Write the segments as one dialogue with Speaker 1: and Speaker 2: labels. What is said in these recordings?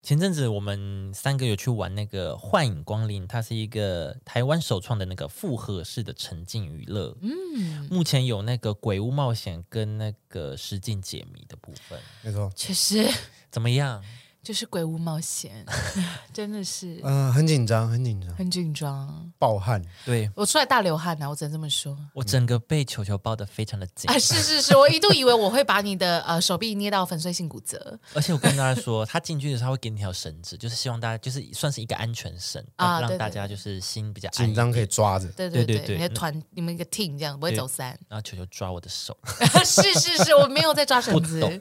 Speaker 1: 前阵子我们三个有去玩那个幻影光临，它是一个台湾首创的那个复合式的沉浸娱乐。
Speaker 2: 嗯，
Speaker 1: 目前有那个鬼屋冒险跟那个实境解谜的部分，
Speaker 3: 没错，
Speaker 2: 确实
Speaker 1: 怎么样？
Speaker 2: 就是鬼屋冒险， 真的是
Speaker 3: 嗯、很紧张，很紧张，
Speaker 2: 很紧张。
Speaker 3: 暴汗，
Speaker 1: 对
Speaker 2: 我出来大流汗呐、我只能这么说。
Speaker 1: 我整个被球球抱得非常的紧
Speaker 2: 啊，，是是是，我一度以为我会把你的呃手臂捏到粉碎性骨折
Speaker 1: 而且我跟大家说，他进去的时候他会给你条绳子，就是希望大家就是算是一个安全绳，
Speaker 2: 啊对
Speaker 1: 让
Speaker 2: 对
Speaker 1: 大家就是心比较安
Speaker 3: 紧张可以抓着。
Speaker 2: 对对
Speaker 1: 对
Speaker 2: 对，
Speaker 1: 对对嗯
Speaker 2: 你的团、你们一个 team 这样不会
Speaker 1: 对
Speaker 2: 走散。
Speaker 1: 然后球球抓我的手，
Speaker 2: 是是是，我没有在抓绳子，
Speaker 1: 不
Speaker 2: 不
Speaker 1: 懂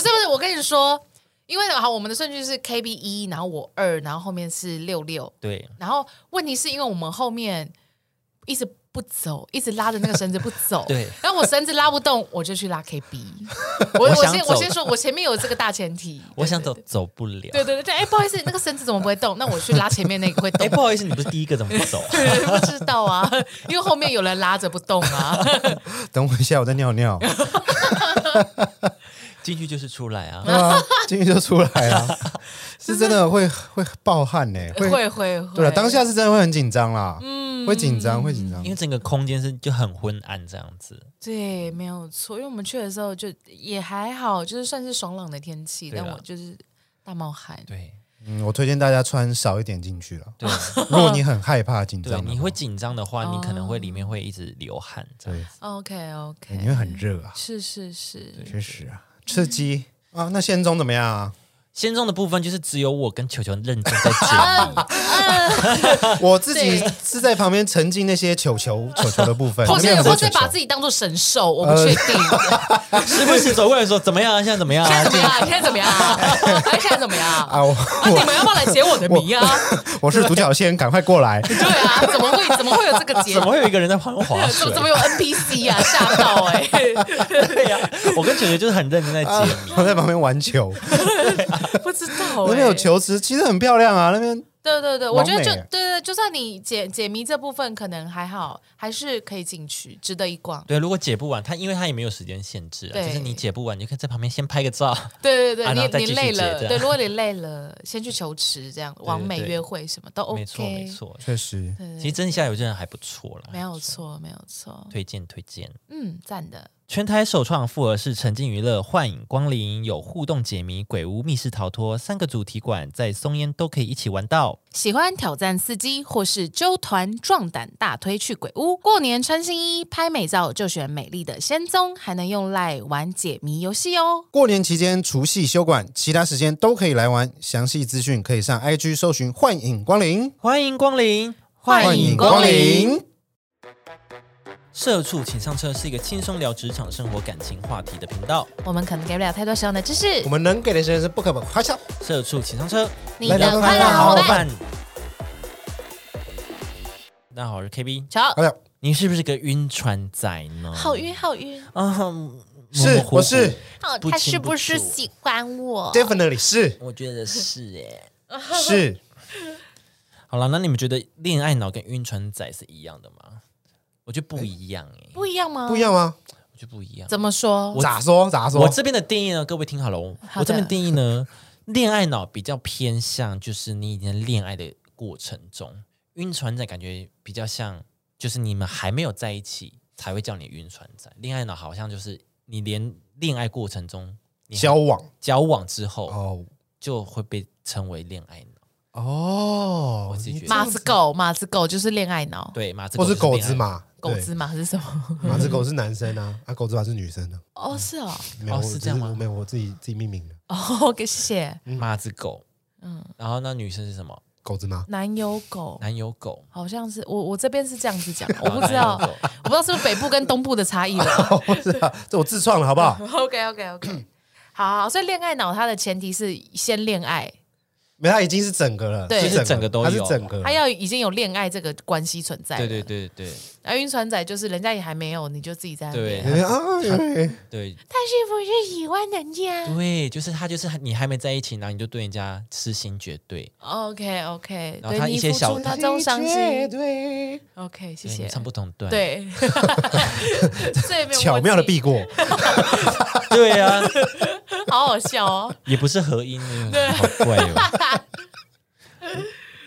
Speaker 2: 是不是，我跟你说，因为好，我们的顺序是 K B 一，然后我二，然后后面是六六，
Speaker 1: 对，，
Speaker 2: 然后问题是因为我们后面一直不走，一直拉着那个绳子不走
Speaker 1: 对
Speaker 2: 然后我绳子拉不动，我就去拉 K B。我
Speaker 1: 我
Speaker 2: 我
Speaker 1: 想
Speaker 2: 先
Speaker 1: 走
Speaker 2: 我先说，我前面有这个大前提，
Speaker 1: 我想
Speaker 2: 对
Speaker 1: 走走不了。
Speaker 2: 对对对对，哎，不好意思，那个绳子怎么不会动？那我去拉前面那个会 动
Speaker 1: 哎，。不好意思，你不是第一个，怎么不走？
Speaker 2: 不知道啊，因为后面有人拉着不动啊。
Speaker 3: 等我一下，我再尿尿，
Speaker 1: 进去就是出来啊。
Speaker 3: 对吧？进去就出来了，是真的会会暴汗呢、会
Speaker 2: 会会会，
Speaker 3: 对了，当下是真的会很紧张啦，嗯，会紧张，会紧张
Speaker 1: 因，为整个空间是就很昏暗这样子，
Speaker 2: 对，没有错，因为我们去的时候就也还好，就是算是爽朗的天气，
Speaker 1: 对
Speaker 2: 但
Speaker 1: 啦
Speaker 2: 我就是大冒汗。
Speaker 1: 对
Speaker 3: 嗯，我推荐大家穿少一点进去了。
Speaker 1: 对
Speaker 3: 如果你很害怕紧张
Speaker 1: 对，
Speaker 3: 的话，
Speaker 1: 你会紧张的话，
Speaker 2: 哦
Speaker 1: 你可能会里面会一直流汗这样。
Speaker 2: OK
Speaker 3: 对
Speaker 2: OK，
Speaker 3: 你会很热啊，
Speaker 2: 是是是，
Speaker 3: 确实啊，刺激啊。那仙中怎么样啊？
Speaker 1: 先中的部分就是只有我跟球球认真在解
Speaker 2: 哦
Speaker 1: 谜，
Speaker 3: 我自己
Speaker 2: 对
Speaker 3: 是在旁边沉浸那些球球球球的部分，
Speaker 2: 或
Speaker 3: 没
Speaker 2: 是
Speaker 3: 有
Speaker 2: 或
Speaker 3: 球
Speaker 2: 是把自
Speaker 3: 球。
Speaker 2: 己当做神兽，我不确定。
Speaker 1: 时不时走过来说怎么 样啊，现在怎么样
Speaker 2: 现
Speaker 1: 啊
Speaker 2: 在怎？么样？现在怎么样？哎，现在怎么样？
Speaker 3: 啊，我
Speaker 2: 啊，你们要不要来解我的谜啊？
Speaker 3: 我是独角仙，赶快过来！
Speaker 2: 对啊，怎么会怎么会有这个结
Speaker 1: 怎？么会有一个人在旁边划
Speaker 2: 怎
Speaker 1: 水
Speaker 2: 么？ 怎么有 NPC 啊？吓到 哎！
Speaker 1: 对呀，我跟球球就是很认真在解
Speaker 2: 哦
Speaker 1: 谜。
Speaker 3: 我在旁边玩球，
Speaker 2: 不知道
Speaker 3: 那
Speaker 2: 哎、
Speaker 3: 边有球池，其实很漂亮啊。那边
Speaker 2: 对对对，
Speaker 3: 完美
Speaker 2: 我觉得就
Speaker 3: 欸
Speaker 2: 对对，就算你解解谜这部分可能还好，还是可以进去，值得一逛。
Speaker 1: 对，如果解不完，他因为他也没有时间限制啊，
Speaker 2: 对
Speaker 1: 就是你解不完，你就可以在旁边先拍个照。
Speaker 2: 对对对，
Speaker 1: 啊然后再
Speaker 2: 你
Speaker 1: 继
Speaker 2: 你
Speaker 1: 续
Speaker 2: 累
Speaker 1: 解
Speaker 2: 了，
Speaker 1: 这样
Speaker 2: 对，如果你累了，先去球池这样，完美约会什么都 OK，
Speaker 1: 没错，没错。
Speaker 3: 确实，
Speaker 2: 对，对
Speaker 1: 其实真下有些人还不错啦，
Speaker 2: 对没有错，没有错，
Speaker 1: 推荐推荐。
Speaker 2: 嗯，赞的，
Speaker 1: 全台首创复合式沉浸娱乐幻影光临，有互动解谜、鬼屋、密室逃脱三个主题馆，在松烟都可以一起玩到。
Speaker 2: 喜欢挑战司机或是纠团壮胆大推去鬼屋，过年穿新衣拍美照就选美丽的仙踪，还能用来玩解谜游戏哦。
Speaker 3: 过年期间除夕休馆，其他时间都可以来玩。详细资讯可以上 IG 搜寻“幻影光临”，
Speaker 1: 欢迎光临！
Speaker 2: 欢迎光临。
Speaker 1: 社畜请上车是一个轻松聊职场、生活、感情话题的频道。
Speaker 2: 我们可能给不了太多实用的知识
Speaker 3: 我，们能给的时间是不可花销。
Speaker 1: 社畜请上车，
Speaker 2: 你
Speaker 3: 来
Speaker 2: 的
Speaker 3: 聊
Speaker 2: 快
Speaker 3: 快
Speaker 2: 乐
Speaker 3: 乐
Speaker 2: 好
Speaker 3: 好
Speaker 2: 伙
Speaker 3: 伙
Speaker 2: 伴。。
Speaker 1: 大家好，我是 KB，
Speaker 2: 瞧
Speaker 3: 好，了，
Speaker 1: 你是不是个晕船仔呢？
Speaker 2: 好晕，好晕，
Speaker 1: 啊，嗯
Speaker 3: 是
Speaker 1: 模模糊糊
Speaker 3: 我是
Speaker 2: 好，
Speaker 1: 不
Speaker 2: 他
Speaker 1: 清
Speaker 2: 是不
Speaker 1: 不
Speaker 2: 是
Speaker 1: 楚
Speaker 2: 喜欢我？
Speaker 3: definitely 是
Speaker 1: 我觉得是耶。
Speaker 3: 是
Speaker 1: 好了，那你们觉得恋爱脑跟晕船仔是一样的吗？我觉得不一样哎、
Speaker 2: 不一样吗？
Speaker 3: 不一。样吗？
Speaker 1: 我觉得不一样。
Speaker 2: 怎么说？
Speaker 3: 咋说咋说
Speaker 1: 我？这边的定义呢，各位听好了，我
Speaker 2: 好的
Speaker 1: 我这边的定义 呢，恋爱脑比较偏向就是你已经在恋爱的过程中，晕船仔感觉比较像就是你们还没有在一起才会叫你晕船仔，恋爱脑好像就是你连恋爱过程中你还
Speaker 3: 交往
Speaker 1: 交往之后
Speaker 3: 哦
Speaker 1: 就会被称为恋爱脑，
Speaker 3: 哦，
Speaker 1: 我自己
Speaker 3: 你
Speaker 1: 觉得
Speaker 2: 马子狗，马子狗就是恋爱脑，
Speaker 1: 对马子
Speaker 3: 或是狗
Speaker 1: 恋爱
Speaker 3: 子马，
Speaker 2: 狗
Speaker 3: 对
Speaker 2: 子马是什么？
Speaker 3: 马子狗是男生啊，啊狗子马是女生啊。
Speaker 2: 哦，是哦。
Speaker 3: 没有
Speaker 1: 哦
Speaker 3: 我
Speaker 1: 是
Speaker 3: 只
Speaker 1: 这样吗
Speaker 3: 没有，我自己自己命名的
Speaker 2: 哦，给谢谢。
Speaker 1: 马子狗，嗯
Speaker 2: 嗯，
Speaker 1: 然后那女生是什么？
Speaker 3: 狗子马。
Speaker 2: 男友狗
Speaker 1: 男友狗，
Speaker 2: 好像是我，我这边是这样子讲，我
Speaker 1: 好
Speaker 2: 不知 道，
Speaker 1: 哦男友狗
Speaker 2: 我不知道是不是北部跟东部的差异了。
Speaker 3: 哦， 不是啊，这我自创的好不好？
Speaker 2: OK OK OK。好好，好所以恋爱脑它的前提是先恋爱，
Speaker 3: 没，它已经是整个了，
Speaker 2: 对
Speaker 3: 是
Speaker 1: 就是整个都
Speaker 3: 它是
Speaker 1: 有
Speaker 3: 整个。
Speaker 2: 它要已经有恋爱这个关系存在。
Speaker 1: 啊对对。对对
Speaker 2: 而晕船仔就是人家也还没有，你就自己在那边
Speaker 1: 对
Speaker 3: 哎啊，哎
Speaker 1: 对
Speaker 2: 他是不是喜欢人家
Speaker 1: 对，就是他就是你还没在一起，然后你就对人家痴心绝对，
Speaker 2: ？OK OK，
Speaker 1: 然后他一些小
Speaker 2: 他中伤
Speaker 3: 哎
Speaker 2: 心。
Speaker 3: 对，
Speaker 2: OK，谢
Speaker 1: 对
Speaker 2: 谢
Speaker 1: 你。唱不同段，，
Speaker 2: 对，所以没有默契
Speaker 3: 巧妙的避过，
Speaker 1: 就 对啊，
Speaker 2: 好好笑哦。
Speaker 1: 也不是合音， 对，好怪哦。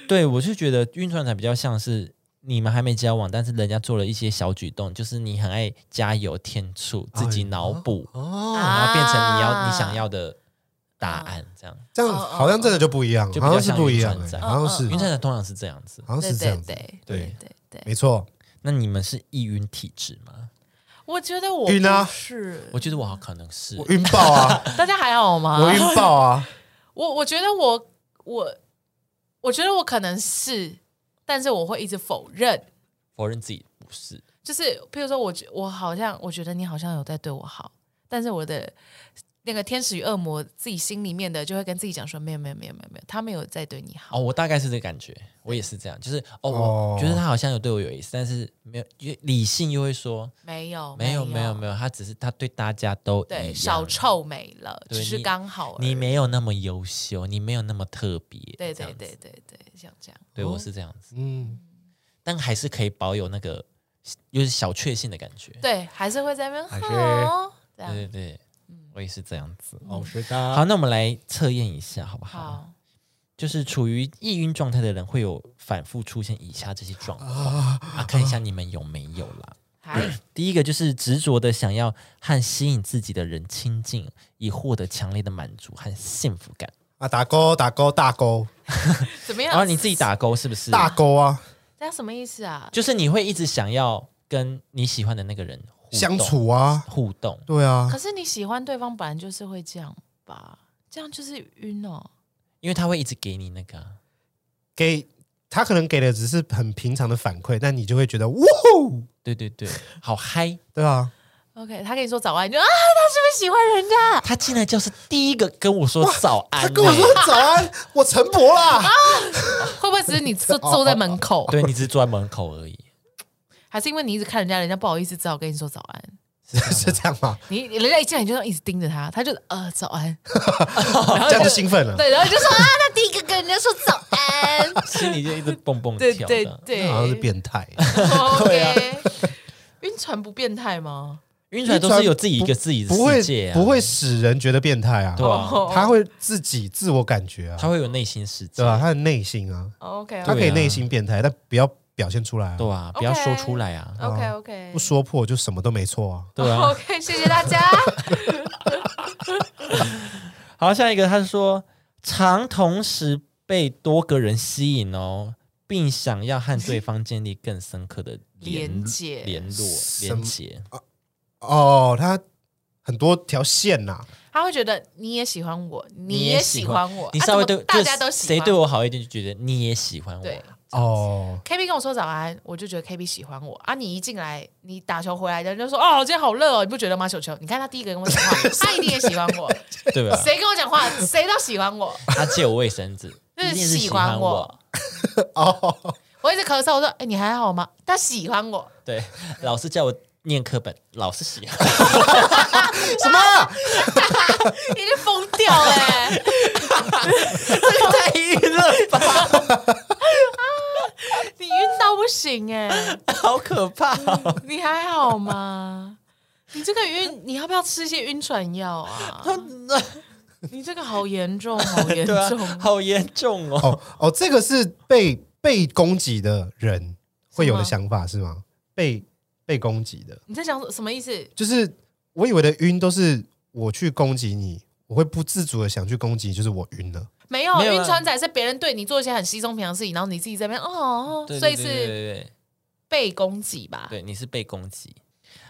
Speaker 1: 对，我是觉得晕船才比较像是你们还没交往，但是人家做了一些小举动，就是你很爱加油添醋，自己脑补，
Speaker 3: 哦，
Speaker 2: 啊
Speaker 1: 然后变成你要你
Speaker 2: 啊
Speaker 1: 想要的答案，这样。
Speaker 3: 这样好像真的就不一样，
Speaker 1: 就比
Speaker 3: 好
Speaker 1: 较
Speaker 3: 像是
Speaker 1: 像
Speaker 3: 不一样
Speaker 1: 云，
Speaker 3: 哎
Speaker 1: 船仔
Speaker 3: 好像是
Speaker 1: 晕，船才通常是这样子。
Speaker 3: 好像
Speaker 2: 对
Speaker 3: 是这
Speaker 2: 对
Speaker 3: 样子，
Speaker 2: 对
Speaker 3: 对
Speaker 2: 对对，
Speaker 3: 没错。
Speaker 1: 那你们是易晕体质吗？
Speaker 2: 我觉得我
Speaker 3: 晕啊
Speaker 2: 不是，
Speaker 1: 我觉得我好可能是
Speaker 3: 我，晕爆啊！
Speaker 2: 大家还好吗？
Speaker 3: 我晕爆啊！
Speaker 2: 我我觉得我我我觉得我可能是，但是我会一直否认。
Speaker 1: 否认自己不是。
Speaker 2: 就是譬如说我觉我好像我觉得你好像有在对我好，但是我的那个天使与恶魔自己心里面的就会跟自己讲说没有没有没有没有没有，他没有在对你好。
Speaker 1: 哦，我大概是这个感觉，我也是这样，就是哦，
Speaker 3: 哦
Speaker 1: 我觉得他好像有对我有意思，但是没有，因为理性又会说
Speaker 2: 没有，
Speaker 1: 没有没有
Speaker 2: 有，
Speaker 1: 没有，他只是他对大家都一
Speaker 2: 对，
Speaker 1: 样
Speaker 2: 少臭美了，
Speaker 1: 对
Speaker 2: 只是
Speaker 1: 你
Speaker 2: 刚好而已。
Speaker 1: 你没有那么优秀，你没有那么特别，
Speaker 2: 对
Speaker 1: 这
Speaker 2: 对
Speaker 1: 样子
Speaker 2: 对，对对，像这样。哦
Speaker 1: 对我是这样子，
Speaker 3: 嗯，
Speaker 1: 但还是可以保有那个有点小确幸的感觉，
Speaker 2: 对，啊还是会在那
Speaker 3: 还
Speaker 2: 边
Speaker 3: 是
Speaker 2: 好这
Speaker 1: 对对
Speaker 2: 样。
Speaker 1: 对，
Speaker 2: 嗯
Speaker 1: 我也是这样子。哦
Speaker 3: 我知道
Speaker 1: 好，那我们来测验一下，好不好？
Speaker 2: 好，
Speaker 1: 就是处于易晕状态的人会有反复出现以下这些状况啊，看一下你们有没有啦。
Speaker 2: 还
Speaker 1: 第一个就是执着的想要和吸引自己的人亲近，以获得强烈的满足和幸福感。
Speaker 3: 啊，打勾打勾大勾
Speaker 2: 怎么样？
Speaker 1: 然后你自己打勾是不是？
Speaker 3: 大勾啊，
Speaker 2: 这样什么意思啊？
Speaker 1: 就是你会一直想要跟你喜欢的那个人互动
Speaker 3: 相处啊，
Speaker 1: 互动，
Speaker 3: 对啊
Speaker 2: 可，是你喜欢对方，本来就是会这样吧？这样就是晕哦。
Speaker 1: 因为他会一直给你那个啊、
Speaker 3: 给他可能给的只是很平常的反馈，但你就会觉得哇哦，
Speaker 1: 对对 对，好嗨！
Speaker 3: 对啊，
Speaker 2: OK，他跟你说早安，你就啊，他是不是喜欢人家？
Speaker 1: 他进来就是第一个跟我说早安、
Speaker 3: 他
Speaker 1: 欸，
Speaker 3: 跟我说 早安，我陈博
Speaker 1: 啊
Speaker 3: 啦，
Speaker 2: 会不会只是你坐坐在门口，
Speaker 1: 对你只是坐在门口而已，
Speaker 2: 还是因为你一直看人家，人家不好意思，只好跟你说早安？
Speaker 3: 是这样吗？
Speaker 2: 你人家一进来你就这样一直盯着他，他就呃早安，
Speaker 3: 这样就兴奋了，
Speaker 2: 对，然后你就说啊，他第一个跟人家说早安，
Speaker 1: 心里就一直蹦蹦
Speaker 2: 对
Speaker 1: 跳
Speaker 2: 对
Speaker 1: 的。
Speaker 2: 对，
Speaker 3: 好像是变态，
Speaker 2: OK。晕船不变态吗？
Speaker 1: 晕船都是有自己一个自己的
Speaker 3: 不会
Speaker 1: 世界、啊，
Speaker 3: 不会使人觉得变态啊，
Speaker 1: 对啊，
Speaker 2: 哦
Speaker 3: 他会自己自我感觉啊
Speaker 1: 他，会有内心世界，
Speaker 3: 对吧？他的内心啊，
Speaker 2: ，OK
Speaker 3: 他可
Speaker 1: 对
Speaker 3: 以
Speaker 1: 啊
Speaker 3: 内心变态，但不要表现出来啊，
Speaker 1: 对啊，不要说出来啊，
Speaker 2: OK OK，
Speaker 3: 不说破就什么都没错啊。
Speaker 1: 对啊。
Speaker 2: OK，谢谢大家。
Speaker 1: 好，下一个他说常同时被多个人吸引哦，并想要和对方建立更深刻的
Speaker 2: 连结
Speaker 1: 接、联络、
Speaker 3: 什么
Speaker 1: 连接。
Speaker 3: 哦，他很多条线啊呐、
Speaker 2: 他会觉得你也喜欢我，你
Speaker 1: 也
Speaker 2: 喜欢我，
Speaker 1: 你
Speaker 2: 啊
Speaker 1: 稍微对
Speaker 2: 怎么大
Speaker 1: 就
Speaker 2: 家
Speaker 1: 是
Speaker 2: 都喜欢，
Speaker 1: 谁对我啊好一点，就觉得你也喜欢我。
Speaker 2: 对
Speaker 3: 哦，
Speaker 2: KB 跟我说早安，我就觉得 KB 喜欢我啊！你一进来，你打球回来的人就说：“哦，今天好热哦！”你不觉得吗？球球，你看他第一个跟我讲话， 他一定也喜欢我。
Speaker 1: 对吧？
Speaker 2: 谁跟我讲话，谁都喜欢我，
Speaker 1: 他借我卫生纸，
Speaker 2: 就
Speaker 1: 一定
Speaker 2: 是
Speaker 1: 是
Speaker 2: 喜
Speaker 1: 欢
Speaker 2: 欢我。。
Speaker 3: 哦，
Speaker 2: 我一直咳嗽，我说：“哎，你还好吗？”他喜欢我，
Speaker 1: 对，老师叫我念课本，老师喜 欢。
Speaker 3: 什么啊？
Speaker 2: 你就疯 掉哎、
Speaker 1: 太晕了吧，
Speaker 2: 你晕到不 行哎、
Speaker 1: 好可 怕哦、
Speaker 2: 你还好吗？你这个晕，你要不要吃一些晕船药 啊？你这个好严重，好严
Speaker 1: 对啊
Speaker 2: 重。，
Speaker 1: 好严重哦。
Speaker 3: 哦哦，这个是被被攻击的人会
Speaker 1: 啊
Speaker 3: 有的想法是吗？被被攻击的，
Speaker 2: 你在想什么意思？
Speaker 3: 就是我以为的晕都是我去攻击你，我会不自主的想去攻击，就是我晕了。
Speaker 2: 没有，
Speaker 1: 没有啊
Speaker 2: 晕船仔是别人对你做一些很稀松平常的事情，然后你自己在那边哦，
Speaker 1: 对
Speaker 2: 所以
Speaker 1: 对对
Speaker 2: 是
Speaker 1: 对对
Speaker 2: 被攻击吧？
Speaker 1: 对，你是被攻击。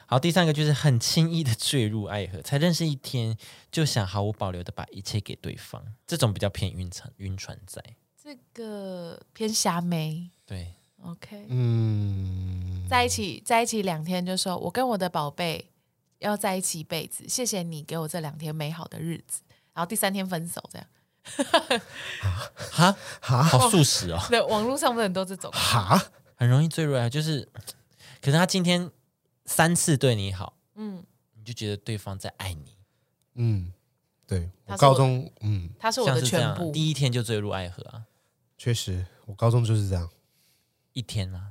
Speaker 1: 好，第三个就是很轻易的坠入爱河，才认识一天就想毫无保留的把一切给对方，这种比较偏晕船晕船仔。
Speaker 2: 这个偏狭眉
Speaker 1: 对，
Speaker 2: ，OK，、
Speaker 3: 嗯，
Speaker 2: 在一起在一起两天就说，我跟我的宝贝要在一起一辈子，谢谢你给我这两天美好的日子，然后第三天分手，这样。
Speaker 1: 哈，好素食哦，
Speaker 2: 对，网络上不是很多这种，
Speaker 3: 哈，
Speaker 1: 很容易坠入爱河，就是，可是他今天三次对你好，
Speaker 2: 嗯，
Speaker 1: 你就觉得对方在爱你，
Speaker 3: 嗯，对我
Speaker 2: 他是我
Speaker 3: 高中，嗯，
Speaker 2: 他是我
Speaker 1: 像
Speaker 2: 的
Speaker 1: 是这
Speaker 2: 全
Speaker 1: 样
Speaker 2: 部，，
Speaker 1: 第一天就坠入爱河啊，
Speaker 3: 确实，我高中就是这样，
Speaker 1: 一天啊，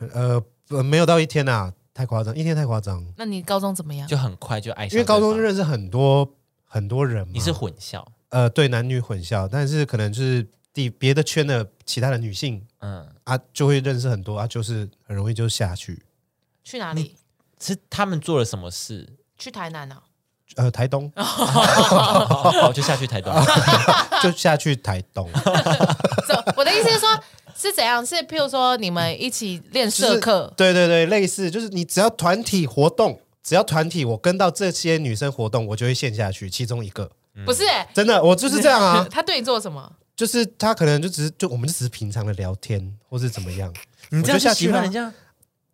Speaker 3: 呃，呃没有到一天啊，太夸张，一天太夸张，
Speaker 2: 那你高中怎么样？
Speaker 1: 就很快就爱上对方。
Speaker 3: 因为高中就认识很多很多人嘛。
Speaker 1: 你是混校，
Speaker 3: 呃，对男女混校，但是可能就是第别的圈的其他的女性
Speaker 1: 嗯，
Speaker 3: 啊，就会认识很多啊，就是很容易就下去。
Speaker 2: 去哪里？
Speaker 1: 是他们做了什么事，
Speaker 2: 去台南啊？
Speaker 3: 呃，台东
Speaker 1: 哦，就下去 台东。
Speaker 3: 就下去台东，
Speaker 2: 这我的意思是说，是怎样？是譬如说你们一起练社
Speaker 3: 就是
Speaker 2: 课，
Speaker 3: 对对对，类似就是你只要团体活动，只要团体我跟到这些女生活动，我就会陷下去其中一个。
Speaker 1: 嗯
Speaker 2: 不是、欸？，
Speaker 3: 真的，我就是这样啊
Speaker 2: 他对你做什么？
Speaker 3: 就是他可能就只是就我们就只是平常的聊天，或是怎么样，
Speaker 1: 你这
Speaker 3: 我
Speaker 1: 样
Speaker 3: 就下
Speaker 1: 就
Speaker 3: 去
Speaker 1: 喜
Speaker 3: 了
Speaker 1: 欢人家，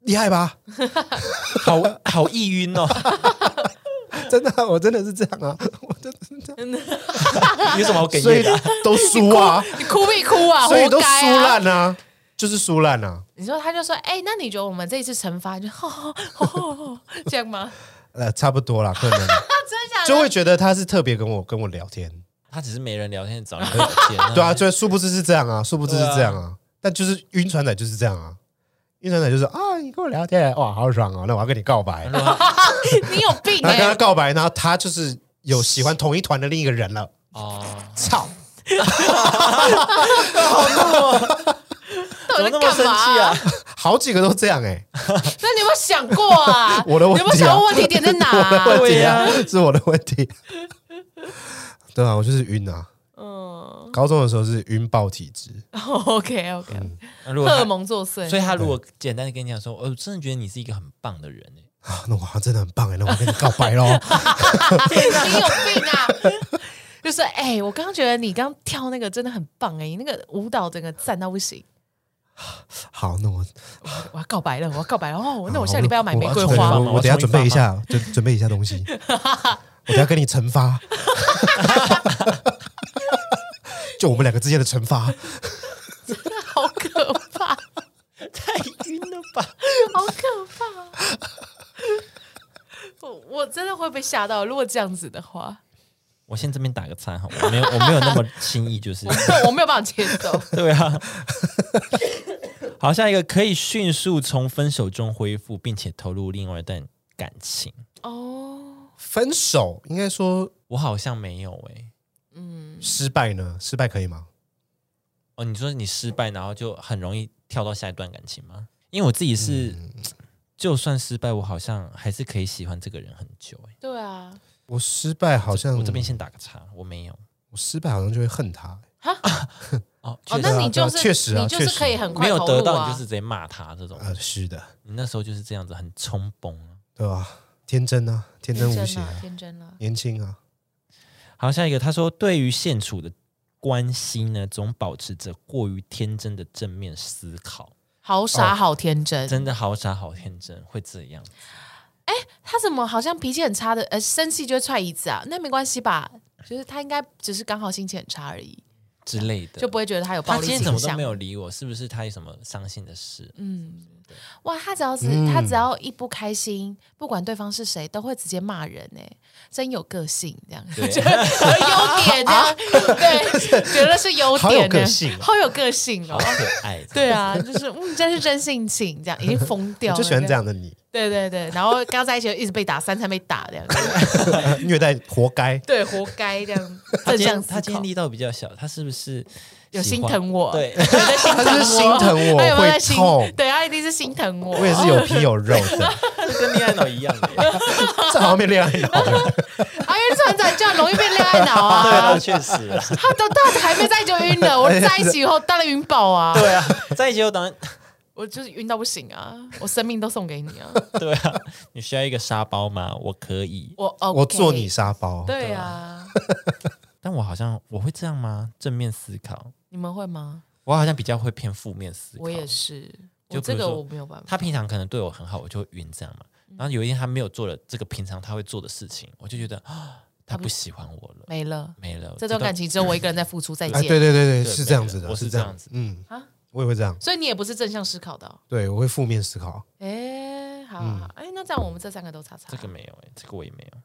Speaker 3: 厉害 吧？
Speaker 1: 好好易晕哦。
Speaker 3: 真的啊、我真的是这样啊，我真的
Speaker 1: 有什么好哽
Speaker 3: 所以
Speaker 1: 咽的啊？
Speaker 3: 都输啊，
Speaker 2: 你哭必哭啊？
Speaker 3: 所以都
Speaker 2: 活
Speaker 3: 输
Speaker 2: 该啊！
Speaker 3: 烂啊，就是输烂啊。
Speaker 2: 你说他就说，哎、那你觉得我们这一次惩罚，你就这样吗？
Speaker 3: 呃，差不多啦，可 能
Speaker 2: 真的假的？
Speaker 3: 就会觉得他是特别跟我跟我聊天，
Speaker 1: 他只是没人聊天，找你聊天啊。
Speaker 3: 对啊，就殊不知是这样啊，殊不知是这样啊，但就是晕船仔就是这样啊，晕船仔就是啊，你跟我聊天，哇，好爽哦，那我要跟你告白，然
Speaker 2: 你有病
Speaker 3: 后
Speaker 2: 哎、
Speaker 3: 跟他告白，然后他就是有喜欢同一团的另一个人了，
Speaker 1: 哦，
Speaker 3: 操，
Speaker 2: 到
Speaker 1: 怎么
Speaker 2: 底
Speaker 1: 那
Speaker 2: 在
Speaker 1: 么
Speaker 2: 干
Speaker 1: 生
Speaker 2: 嘛、
Speaker 1: 气啊？
Speaker 3: 好几个都这样哎、？
Speaker 2: 那你有没有想过啊
Speaker 3: 我的问
Speaker 2: 你有没有
Speaker 3: 题
Speaker 2: 想
Speaker 3: 啊，
Speaker 2: 过问题点在哪、
Speaker 3: 我的
Speaker 2: 啊？
Speaker 3: 问题啊，
Speaker 1: 对
Speaker 3: 是我的问题， 对啊，我就是晕啊，
Speaker 2: 嗯
Speaker 3: 高中的时候是晕爆体质，
Speaker 2: ，OK OK，
Speaker 1: 那如
Speaker 2: 荷尔
Speaker 1: 果
Speaker 2: 蒙作祟
Speaker 1: 他，所以他如果简单的跟你讲说，哦我真的觉得你是一个很棒的人欸
Speaker 3: 啊，那我好像真的很棒哎、那我跟你告白喽。
Speaker 2: 你有病啊！就是哎、我刚刚觉得你刚刚跳那个真的很棒哎、你那个舞蹈整个赞到不行，
Speaker 3: 好，那我
Speaker 2: 我要告白了，我要告白了 哦！那我下
Speaker 3: 好
Speaker 2: 礼拜要买玫瑰
Speaker 3: 啊我
Speaker 1: 我
Speaker 3: 我
Speaker 2: 花
Speaker 1: 要，
Speaker 3: 我我等一下
Speaker 1: 重新
Speaker 3: 准
Speaker 1: 发
Speaker 3: 备一下，准准备一下东 西，我等一下跟你惩罚， 就我们两个之间的惩罚，
Speaker 2: 好可怕，
Speaker 1: 太晕了吧？
Speaker 2: 好可怕！ 我我真的会被吓到，如果这样子的话，
Speaker 1: 我先这边打个叉好吗？我没有，我没有那么轻易，就是
Speaker 2: 对我没有办法接受。
Speaker 1: 对啊。好，下一个可以迅速从分手中恢复，并且投入另外一段感情。
Speaker 2: 哦，
Speaker 3: 分手应该说
Speaker 1: 我好像没有哎、
Speaker 2: 嗯，
Speaker 3: 失败呢？失败可以吗？
Speaker 1: 哦，你说你失败，然后就很容易跳到下一段感情吗？因为我自己是，
Speaker 3: 嗯
Speaker 1: 就算失败，我好像还是可以喜欢这个人很久、欸。
Speaker 2: 对啊，
Speaker 3: 我失败好像
Speaker 1: 我这边先打个叉，我没有。
Speaker 3: 我失败好像就会恨他，
Speaker 1: 哦，
Speaker 2: 哦，
Speaker 1: 确
Speaker 2: 那
Speaker 1: 实
Speaker 2: 你
Speaker 3: 对
Speaker 2: 就
Speaker 3: 啊
Speaker 2: 是
Speaker 3: 确实啊
Speaker 2: 你就是
Speaker 3: 确实
Speaker 2: 可以很
Speaker 1: 没
Speaker 2: 快
Speaker 1: 有
Speaker 2: 投
Speaker 1: 得
Speaker 2: 入
Speaker 1: 到，你
Speaker 2: 啊
Speaker 1: 就。是直接骂他这种。
Speaker 3: 呃，是的，
Speaker 1: 你那时候就是这样子，很冲崩啊。
Speaker 3: 对吧？天真啊，天真无
Speaker 2: 天
Speaker 3: 邪
Speaker 2: 真了，
Speaker 3: 啊，
Speaker 2: 天真了。
Speaker 3: 年轻啊，
Speaker 1: 好，下一个，他说对于现处的关系呢，总保持着过于天真的正面思考，
Speaker 2: 好傻，好天真，
Speaker 1: 哦真的好傻好天真，会这样。
Speaker 2: 他怎么好像脾气很差的？呃，生气就会踹椅子啊？那没关系吧？就是他应该只是刚好心情很差而已，
Speaker 1: 之类的，
Speaker 2: 就不会觉得他有暴
Speaker 1: 他
Speaker 2: 力
Speaker 1: 今
Speaker 2: 倾
Speaker 1: 天
Speaker 2: 向。
Speaker 1: 怎么都没有理我，是不是他有什么伤心的事？
Speaker 2: 嗯哇，他只要是、
Speaker 3: 嗯
Speaker 2: 他只要一不开心，不管对方是谁，都会直接骂人哎、真有个性这样，
Speaker 1: 对
Speaker 2: 优点这样， 对，觉得是优
Speaker 3: 啊
Speaker 2: 点、欸，
Speaker 3: 好有个性哦
Speaker 2: 好有个性
Speaker 1: 好
Speaker 2: 哦。
Speaker 1: 可爱。
Speaker 2: 对，啊，就是嗯，真是真性情，这样已经疯掉
Speaker 3: 我
Speaker 2: 了，
Speaker 3: 就喜欢这样的你，
Speaker 2: 对对对，然后跟他在一起就一直被打，三餐被打这样，
Speaker 3: 虐待活 该。
Speaker 2: 对，活该这样。
Speaker 1: 他
Speaker 2: 正
Speaker 1: 今
Speaker 2: 向
Speaker 1: 天
Speaker 2: 思
Speaker 1: 他今
Speaker 2: 考
Speaker 1: 天，力道比较小，他是不是
Speaker 2: 有
Speaker 1: 喜
Speaker 2: 心
Speaker 1: 欢
Speaker 2: 疼我，
Speaker 1: 对，
Speaker 2: 有在心疼
Speaker 3: 他
Speaker 2: 我，
Speaker 3: 是心疼我
Speaker 2: 他有没有在
Speaker 3: 会
Speaker 2: 心
Speaker 3: 痛
Speaker 2: 对他一定是心疼我。啊
Speaker 3: 我也是有皮有肉 的，
Speaker 1: 跟恋爱脑一样的耶。
Speaker 3: 这好像没恋爱脑了。
Speaker 2: 啊，因为船长这样容易被恋爱脑
Speaker 1: 对啊，
Speaker 2: 啊。
Speaker 1: 确实啦。
Speaker 2: 他都到还没在一起就晕了，我在一起以后当然晕爆啊，
Speaker 1: 对 啊，在一起后当然
Speaker 2: 我就是晕到不行啊，我生命都送给你啊，
Speaker 1: 对啊，你需要一个沙包吗？我可以，
Speaker 2: 我 OK,
Speaker 3: 我做你沙包，
Speaker 2: 对啊，
Speaker 1: 但我好像我会这样吗？正面思考，
Speaker 2: 你们会吗？
Speaker 1: 我好像比较会偏负面思考。
Speaker 2: 我也是，我
Speaker 1: 就比
Speaker 2: 这
Speaker 1: 如
Speaker 2: 个
Speaker 1: 说
Speaker 2: 我没有办法。
Speaker 1: 他平常可能对我很好，我就会晕这样嘛。
Speaker 2: 嗯
Speaker 1: 然后有一天他没有做了这个平常他会做的事情，我就觉得啊，他不喜欢我了，
Speaker 2: 没了，
Speaker 1: 没了。
Speaker 2: 这段感情只有我一个人在付出，再
Speaker 3: 哎，
Speaker 2: 见。
Speaker 3: 对对对对，
Speaker 1: 对
Speaker 3: 是这样子的，
Speaker 1: 我是这
Speaker 3: 这
Speaker 1: 样子
Speaker 3: 嗯
Speaker 2: 啊
Speaker 3: 我也会这样，
Speaker 2: 所以你也不是正向思考的、哦。
Speaker 3: 对我会负面思考，
Speaker 2: 哎，好啊，哎、那这样我们这三个都叉叉。
Speaker 1: 这个没有哎、这个我也没有。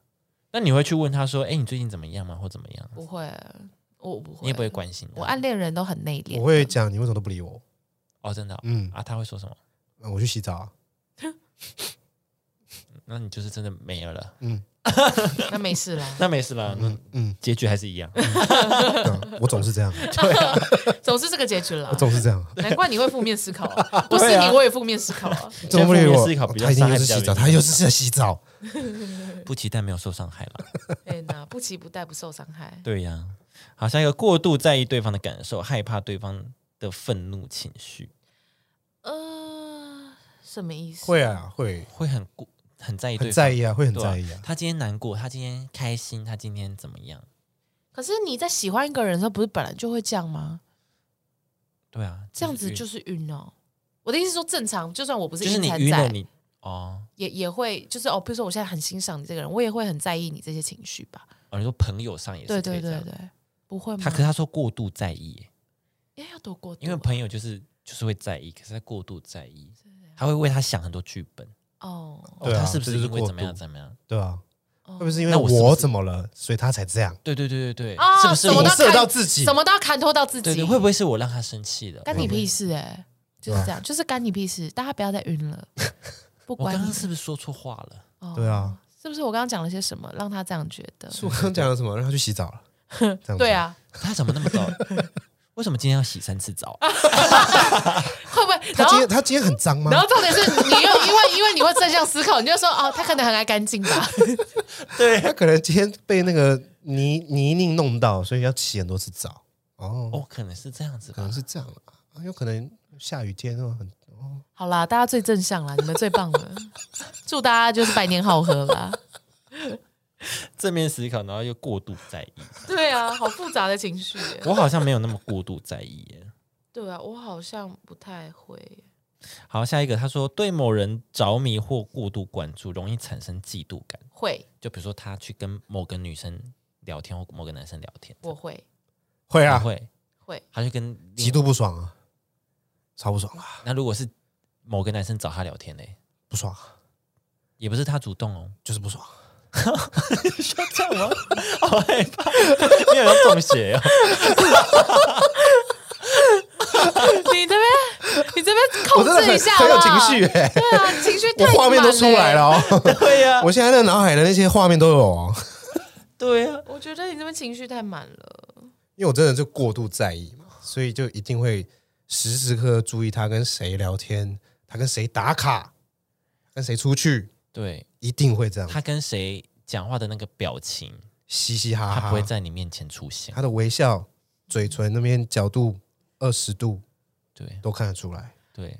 Speaker 1: 那你会去问他说：“哎、你最近怎么样吗？或怎么样
Speaker 2: 不会，我不会，
Speaker 1: 你也不会关心他
Speaker 2: 我暗恋人都很内敛。
Speaker 3: 我会讲你为什么都不理我？？”
Speaker 1: 哦，真的哦、
Speaker 3: 嗯，
Speaker 1: 啊，他会说什么？
Speaker 3: 我去洗澡啊，
Speaker 1: 嗯那你就是真的没有了，
Speaker 2: 那没事啦。
Speaker 1: 那没事了，嗯嗯，结局还是一样。
Speaker 3: 对啊我总是 这样，
Speaker 2: 总是这个结局了
Speaker 3: 我。总是这样，
Speaker 2: 难怪你会负面思考、啊，不是你我也负面思考啊。
Speaker 3: 怎么不理
Speaker 1: 负面
Speaker 3: 我哦
Speaker 1: 思考？比较
Speaker 3: 他一定
Speaker 1: 伤
Speaker 3: 又
Speaker 1: 害
Speaker 3: 是
Speaker 1: 比较
Speaker 3: 洗澡，
Speaker 1: 严重
Speaker 3: 他又是在洗澡。
Speaker 1: 不期待没有受伤害了。
Speaker 2: 天哪，不期不待不受伤害，
Speaker 1: 对呀、好像一个过度在意对方的感受，害怕对方的愤怒情绪，
Speaker 2: 呃，什么意思？
Speaker 3: 会啊，会
Speaker 1: 会很顾很在意对
Speaker 3: 很
Speaker 1: 方，
Speaker 3: 在意啊，会很
Speaker 1: 对啊
Speaker 3: 在意啊。
Speaker 1: 他今天难过，他今天开心，他今天怎么样？
Speaker 2: 可是你在喜欢一个人的时候，不是本来就会这样吗？
Speaker 1: 对啊，
Speaker 2: 这样子就是是晕哦。我的意思是说，正常，就算我不是
Speaker 1: 就是你
Speaker 2: 残
Speaker 1: 晕了
Speaker 2: 仔，
Speaker 1: 你哦
Speaker 2: 也也会，就是哦，比如说我现在很欣赏你这个人，我也会很在意你这些情绪吧。
Speaker 1: 哦，你说朋友上也是
Speaker 2: 对
Speaker 1: 可
Speaker 2: 对
Speaker 1: 以这
Speaker 2: 对
Speaker 1: 样
Speaker 2: 对，不会吗？
Speaker 1: 他可是他说过度在意耶，
Speaker 2: 哎要躲过度啊，
Speaker 1: 因为朋友就是就是会在意，可是他过度在意，他会为他想很多剧本，
Speaker 2: 哦，
Speaker 1: 哦，
Speaker 3: 对啊
Speaker 1: 他是不
Speaker 3: 这
Speaker 1: 是
Speaker 3: 就是
Speaker 1: 因为
Speaker 3: 过
Speaker 1: 怎么样
Speaker 3: 度
Speaker 1: 怎么样？
Speaker 3: 对啊，
Speaker 2: 哦
Speaker 3: 会不会是因为
Speaker 1: 那我是不
Speaker 3: 我
Speaker 1: 是
Speaker 3: 怎么了，所以他才这样？
Speaker 1: 对对对对对，
Speaker 2: 啊
Speaker 1: 是不是
Speaker 2: 什么
Speaker 1: 我
Speaker 3: 影
Speaker 2: 都要？
Speaker 3: 射到自己
Speaker 2: 什，么都要看透到自己，
Speaker 1: 对对，会不会是我让他生气了？
Speaker 2: 干你屁事哎、就是这样，就是干你屁事，大家不要再 晕了，不
Speaker 1: 啊我
Speaker 2: 管
Speaker 1: 刚
Speaker 2: 你
Speaker 1: 刚是不是说错话了？
Speaker 2: 哦
Speaker 3: 对 啊，
Speaker 2: 是不是我刚刚讲了些什么让他这样觉得？
Speaker 3: 是我刚讲了什么，让他去洗澡了。这样
Speaker 2: 对，啊，
Speaker 1: 他怎么那么早？ 为什么今天要洗三次 澡？
Speaker 2: 会不会？
Speaker 3: 他今
Speaker 2: 然后
Speaker 3: 天他今天很脏吗
Speaker 2: 然？后重点是你又因为因为你会正向思考，你就说哦，他可能很爱干净 吧，
Speaker 3: 他可能今天被那个泥泥泞弄到，所以要洗很多次澡。哦，
Speaker 1: 哦，可能是这样子
Speaker 3: 可
Speaker 1: 吧
Speaker 3: 能。是这样啊，啊有可能下雨天哦，很
Speaker 2: 好啦，大家最正向啦，你们最棒了，祝大家就是百年好合啦。
Speaker 1: 正面思考，然后又过度在意。
Speaker 2: 对啊，好复杂的情绪耶。
Speaker 1: 我好像没有那么过度在意耶。
Speaker 2: 对啊，我好像不太会耶。
Speaker 1: 好，下一个，他说对某人着迷或过度关注，容易产生嫉妒感。
Speaker 2: 会，
Speaker 1: 就比如说他去跟某个女生聊天，或某个男生聊天，
Speaker 2: 我会，
Speaker 3: 会
Speaker 1: 他
Speaker 3: 啊，
Speaker 1: 会，
Speaker 2: 会，
Speaker 1: 他就跟
Speaker 3: 极。度不爽啊，超不爽啊，
Speaker 1: 那如果是某个男生找他聊天嘞，
Speaker 3: 不爽啊
Speaker 1: 也不是他主动哦，
Speaker 3: 就是不爽。啊
Speaker 1: 就这样吗？好害怕， 你好像中邪哦。
Speaker 2: 你这边你这边控
Speaker 3: 我真的
Speaker 2: 制一
Speaker 3: 很
Speaker 2: 下
Speaker 3: 很有情
Speaker 2: 啦
Speaker 3: 绪哎，
Speaker 2: 对啊，情绪
Speaker 3: 我
Speaker 2: 太
Speaker 3: 画面都
Speaker 2: 满
Speaker 3: 出来了
Speaker 2: 嘞。
Speaker 3: 哦，
Speaker 1: 对呀、
Speaker 3: 我现在的脑海的那些画面都有哦，
Speaker 1: 对呀、
Speaker 2: 我觉得你这边情绪太满了，
Speaker 3: 因为我真的就过度在意嘛，所以就一定会时时刻刻注意他跟谁聊天，他跟谁打卡，跟谁出去，
Speaker 1: 对
Speaker 3: 一定会这样，
Speaker 1: 他跟谁讲话的那个表情，
Speaker 3: 嘻嘻哈
Speaker 1: 他
Speaker 3: 哈，
Speaker 1: 不会在你面前出现。
Speaker 3: 他的微笑、嘴唇那边角度二十度
Speaker 1: 对
Speaker 3: 都看得出来。
Speaker 1: 对，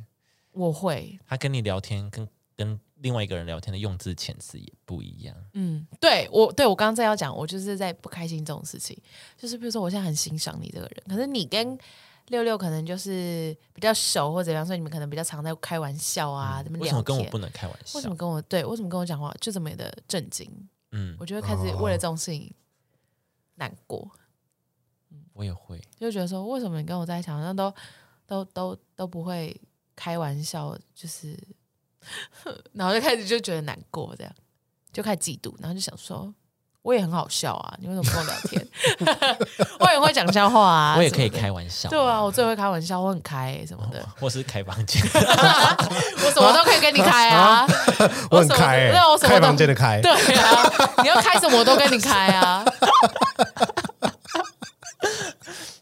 Speaker 2: 我会，
Speaker 1: 他跟你聊天跟跟另外一个人聊天的用字遣词也不一样。
Speaker 2: 嗯，对我对我刚刚在要讲，我就是在不开心这种事情，就是比如说我现在很欣赏你这个人，可是你跟六六可能就是比较熟或者怎样，所以你们可能比较常在开玩笑啊，怎
Speaker 1: 嗯
Speaker 2: 么
Speaker 1: 为
Speaker 2: 聊
Speaker 1: 什么
Speaker 2: 天？
Speaker 1: 跟我不能开玩笑
Speaker 2: 为什？么跟我对？为什么跟我讲话就这么的震惊？
Speaker 1: 嗯，
Speaker 2: 我就会开始为了这种事情难过。
Speaker 1: 我也会。
Speaker 2: 就觉得说，为什么你跟我在一起好像都都都都不会开玩笑，就是然后就开始就觉得难过，这样就开始嫉妒，然后就想说，我也很好笑啊，你为什么不跟我聊天？ 我也会讲笑话啊，
Speaker 1: 我也可以
Speaker 2: 什么的
Speaker 1: 开。玩笑，哦
Speaker 2: 对啊，我最会开玩笑，我很开、欸什么的，
Speaker 1: 或是开房间，
Speaker 2: 我什么都可以跟你开啊，
Speaker 3: 我很
Speaker 2: 什么
Speaker 3: 开、欸
Speaker 2: 对 啊，我，什么
Speaker 3: 开
Speaker 2: 都
Speaker 3: 房间的开，
Speaker 2: 对啊，你要开什么我都跟你开 啊，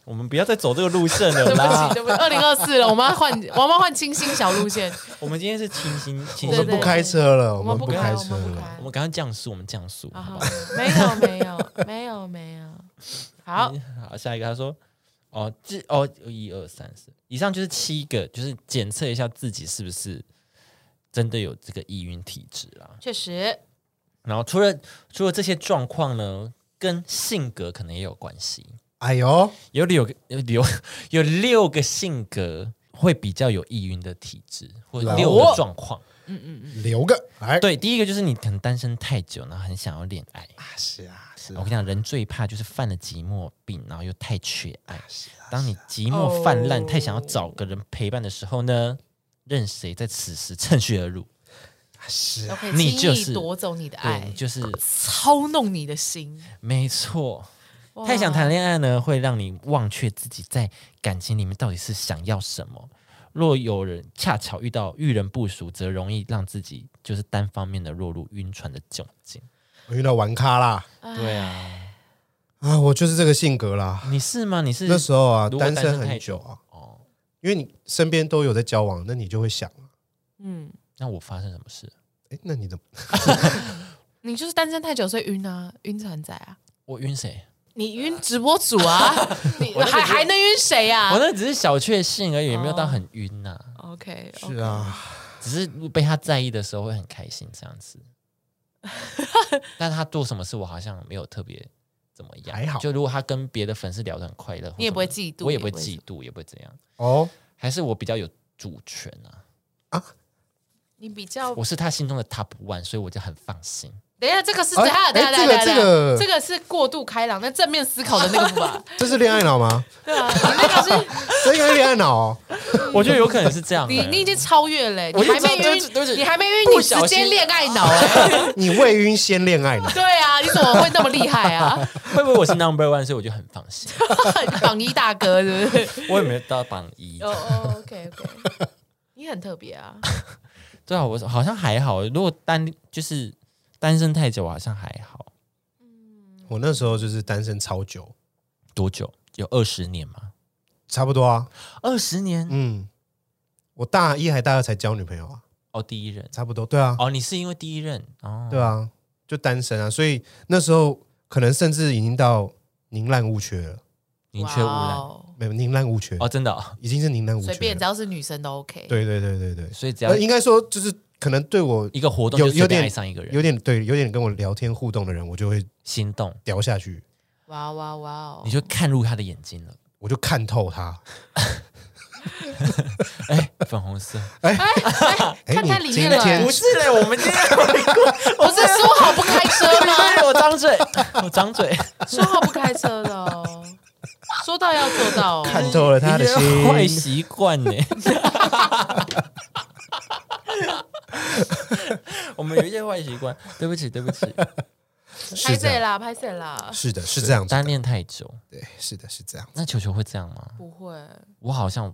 Speaker 1: 我们不要再走这个路线了
Speaker 2: 对不 起，
Speaker 1: 啦。
Speaker 2: 对不起，二零二四了，我们要换，我们要换清新小路线，
Speaker 1: 我们今天是清新，清新
Speaker 3: 我们
Speaker 2: 对对
Speaker 3: 不开车了，
Speaker 2: 我
Speaker 3: 我
Speaker 2: 们
Speaker 3: 们
Speaker 2: 不
Speaker 3: 不
Speaker 2: 开，啊
Speaker 3: 开
Speaker 2: 我
Speaker 3: 车
Speaker 2: 们不
Speaker 3: 了。
Speaker 2: 开
Speaker 1: 我，们刚刚降速，我们降速，
Speaker 2: 啊
Speaker 1: 好
Speaker 2: 哈
Speaker 1: 吧？，
Speaker 2: 没有没有没有没有，好，
Speaker 1: 好，下一个他说。哦，这哦，一二三四，以上就是七个，就是检测一下自己是不是真的有这个易晕体质啦。
Speaker 2: 确实
Speaker 1: 然后除了除了这些状况呢，跟性格可能也有关系。
Speaker 3: 哎呦，
Speaker 1: 有六个有六有六个性格会比较有易晕的体质，或者
Speaker 3: 哦
Speaker 1: 六个状况。
Speaker 2: 嗯
Speaker 3: 留个哎来，
Speaker 1: 对，第一个就是你可能单身太久，然后很想要恋爱。
Speaker 3: 啊是啊是
Speaker 1: 我
Speaker 3: 啊
Speaker 1: 跟你讲，人最怕就是犯了寂寞病，然后又太缺爱。当你寂寞泛滥，
Speaker 2: 哦
Speaker 1: 太想要找个人陪伴的时候呢，任谁在此时趁虚而入，
Speaker 3: 是
Speaker 2: 都
Speaker 3: 啊，
Speaker 2: 可以
Speaker 1: 你
Speaker 2: 轻
Speaker 1: 就
Speaker 2: 易
Speaker 1: 是
Speaker 2: 夺走你的爱
Speaker 1: 对，你，就是
Speaker 2: 操弄你的心，
Speaker 1: 没错。
Speaker 2: 哇
Speaker 1: 太想谈恋爱呢，会让你忘却自己在感情里面到底是想要什么，若有人恰巧遇到遇人不淑，则容易让自己就是单方面的落入晕船的窘境。
Speaker 3: 我遇到玩咖啦，
Speaker 2: 哎
Speaker 1: 对啊，
Speaker 3: 啊，我就是这个性格啦。
Speaker 1: 你是吗？你是
Speaker 3: 那时候啊，
Speaker 1: 如果单身
Speaker 3: 身
Speaker 1: 太
Speaker 3: 很
Speaker 1: 久
Speaker 3: 久啊，
Speaker 1: 哦？
Speaker 3: 因为你身边都有在交往，那你就会想，
Speaker 2: 嗯，
Speaker 1: 那我发生什么事？
Speaker 3: 哎，那你怎么？
Speaker 2: 你就是单身太久，所以晕啊，晕船仔啊，
Speaker 1: 我晕谁？
Speaker 2: 你晕直播主啊， 你
Speaker 1: 我那个
Speaker 2: 还
Speaker 1: 只是
Speaker 2: 还能晕谁啊呀、
Speaker 1: 我那只是小确幸而已，也没有到
Speaker 2: 哦
Speaker 1: 很晕呐、
Speaker 2: o k
Speaker 3: 是，啊，
Speaker 1: 只是被他在意的时候会很开心这样 子。但他做什么事，我好像没有特别怎么样。
Speaker 3: 还好
Speaker 1: 就如果他跟别的粉丝聊得很快乐，或
Speaker 2: 你也不会
Speaker 1: 什么的
Speaker 2: 嫉妒
Speaker 1: 我也
Speaker 2: 也
Speaker 1: 不会
Speaker 2: 不会
Speaker 1: 嫉妒，也不会怎样。
Speaker 3: 哦，
Speaker 1: 还是我比较有主权啊，
Speaker 2: 你比较
Speaker 1: 我是他心中的 top one，所以我就很放心。
Speaker 2: 等一下，这个是
Speaker 3: 哎
Speaker 2: 等一下，等一下，
Speaker 3: 哎
Speaker 2: 等一
Speaker 3: 这个
Speaker 2: 下，等一下
Speaker 3: 这个
Speaker 2: 这个是过度开朗，那正面思考的那个部分，
Speaker 3: 这是恋爱脑吗？
Speaker 2: 对啊，你那个是
Speaker 3: 这应该是恋爱脑哦。
Speaker 1: 我觉得有可能是这样的。
Speaker 2: 你你已经超越了欸，
Speaker 1: 我
Speaker 2: 你还
Speaker 1: 就知道
Speaker 2: 没
Speaker 1: 对不起对不
Speaker 2: 晕，
Speaker 1: 起
Speaker 2: 你还没晕，
Speaker 1: 不
Speaker 2: 你直
Speaker 1: 小
Speaker 2: 接
Speaker 1: 心
Speaker 2: 恋爱脑哎，
Speaker 3: 你未晕先恋爱脑，
Speaker 2: 对啊，你怎么会那么厉害啊？
Speaker 1: 会不会我是 number one，所以我就很放心？
Speaker 2: 榜一大哥是不是？
Speaker 1: 我也没有到榜一
Speaker 2: 哦。哦，OK OK，你很特别啊，
Speaker 1: 对啊，我好像还好。如果单就是单身太久，我好像还好。
Speaker 3: 我那时候就是单身超久，
Speaker 1: 多久？有二十年吗？
Speaker 3: 差不多啊。
Speaker 1: 二十年、
Speaker 3: 嗯，我大一还大二才交女朋友啊，
Speaker 1: 哦，第一任
Speaker 3: 差不多。对啊，
Speaker 1: 哦，你是因为第一任哦，
Speaker 3: 对啊，就单身啊，所以那时候可能甚至已经到宁滥勿缺了，
Speaker 1: 宁缺毋
Speaker 2: 哇
Speaker 1: 滥
Speaker 2: 哦
Speaker 3: 没有宁滥勿缺，
Speaker 1: 哦，真的、哦，
Speaker 3: 已经是宁滥勿缺了。
Speaker 2: 随便只要是女生都 OK，
Speaker 3: 对对对对对，
Speaker 1: 所以只要
Speaker 3: 呃，应该说就是可能对我
Speaker 1: 一个活动
Speaker 3: 有
Speaker 1: 就随
Speaker 3: 有
Speaker 1: 便
Speaker 3: 点
Speaker 1: 爱上一个人，
Speaker 3: 有点对，有点跟我聊天互动的人，我就会
Speaker 1: 心动，
Speaker 3: 聊下去，
Speaker 2: 哇哇哇哦
Speaker 1: 你，就看入他的眼睛了。
Speaker 3: 我就看透他。
Speaker 1: 哎，粉红色
Speaker 2: 哎哎，
Speaker 3: 哎
Speaker 2: 看
Speaker 3: 你
Speaker 2: 看里
Speaker 3: 今
Speaker 2: 面了欸，
Speaker 3: 天
Speaker 1: 不是嘞，我们今 天
Speaker 2: 不是说好不开车吗？
Speaker 1: 我张嘴， 我张嘴，
Speaker 2: 说好不开车的哦，说到要做到哦。
Speaker 3: 看透了他的心
Speaker 1: 你这坏习惯呢。 我们有一些坏习惯，对不起，对不起，
Speaker 2: 拍
Speaker 3: 是这
Speaker 2: 谁
Speaker 3: 样，
Speaker 2: 啦？拍谁啦？
Speaker 3: 是的，是这样子
Speaker 1: 单
Speaker 3: 的，
Speaker 1: 恋太久。
Speaker 3: 对，是的，是这样。
Speaker 1: 那球球会这样吗？
Speaker 2: 不会，
Speaker 1: 我好像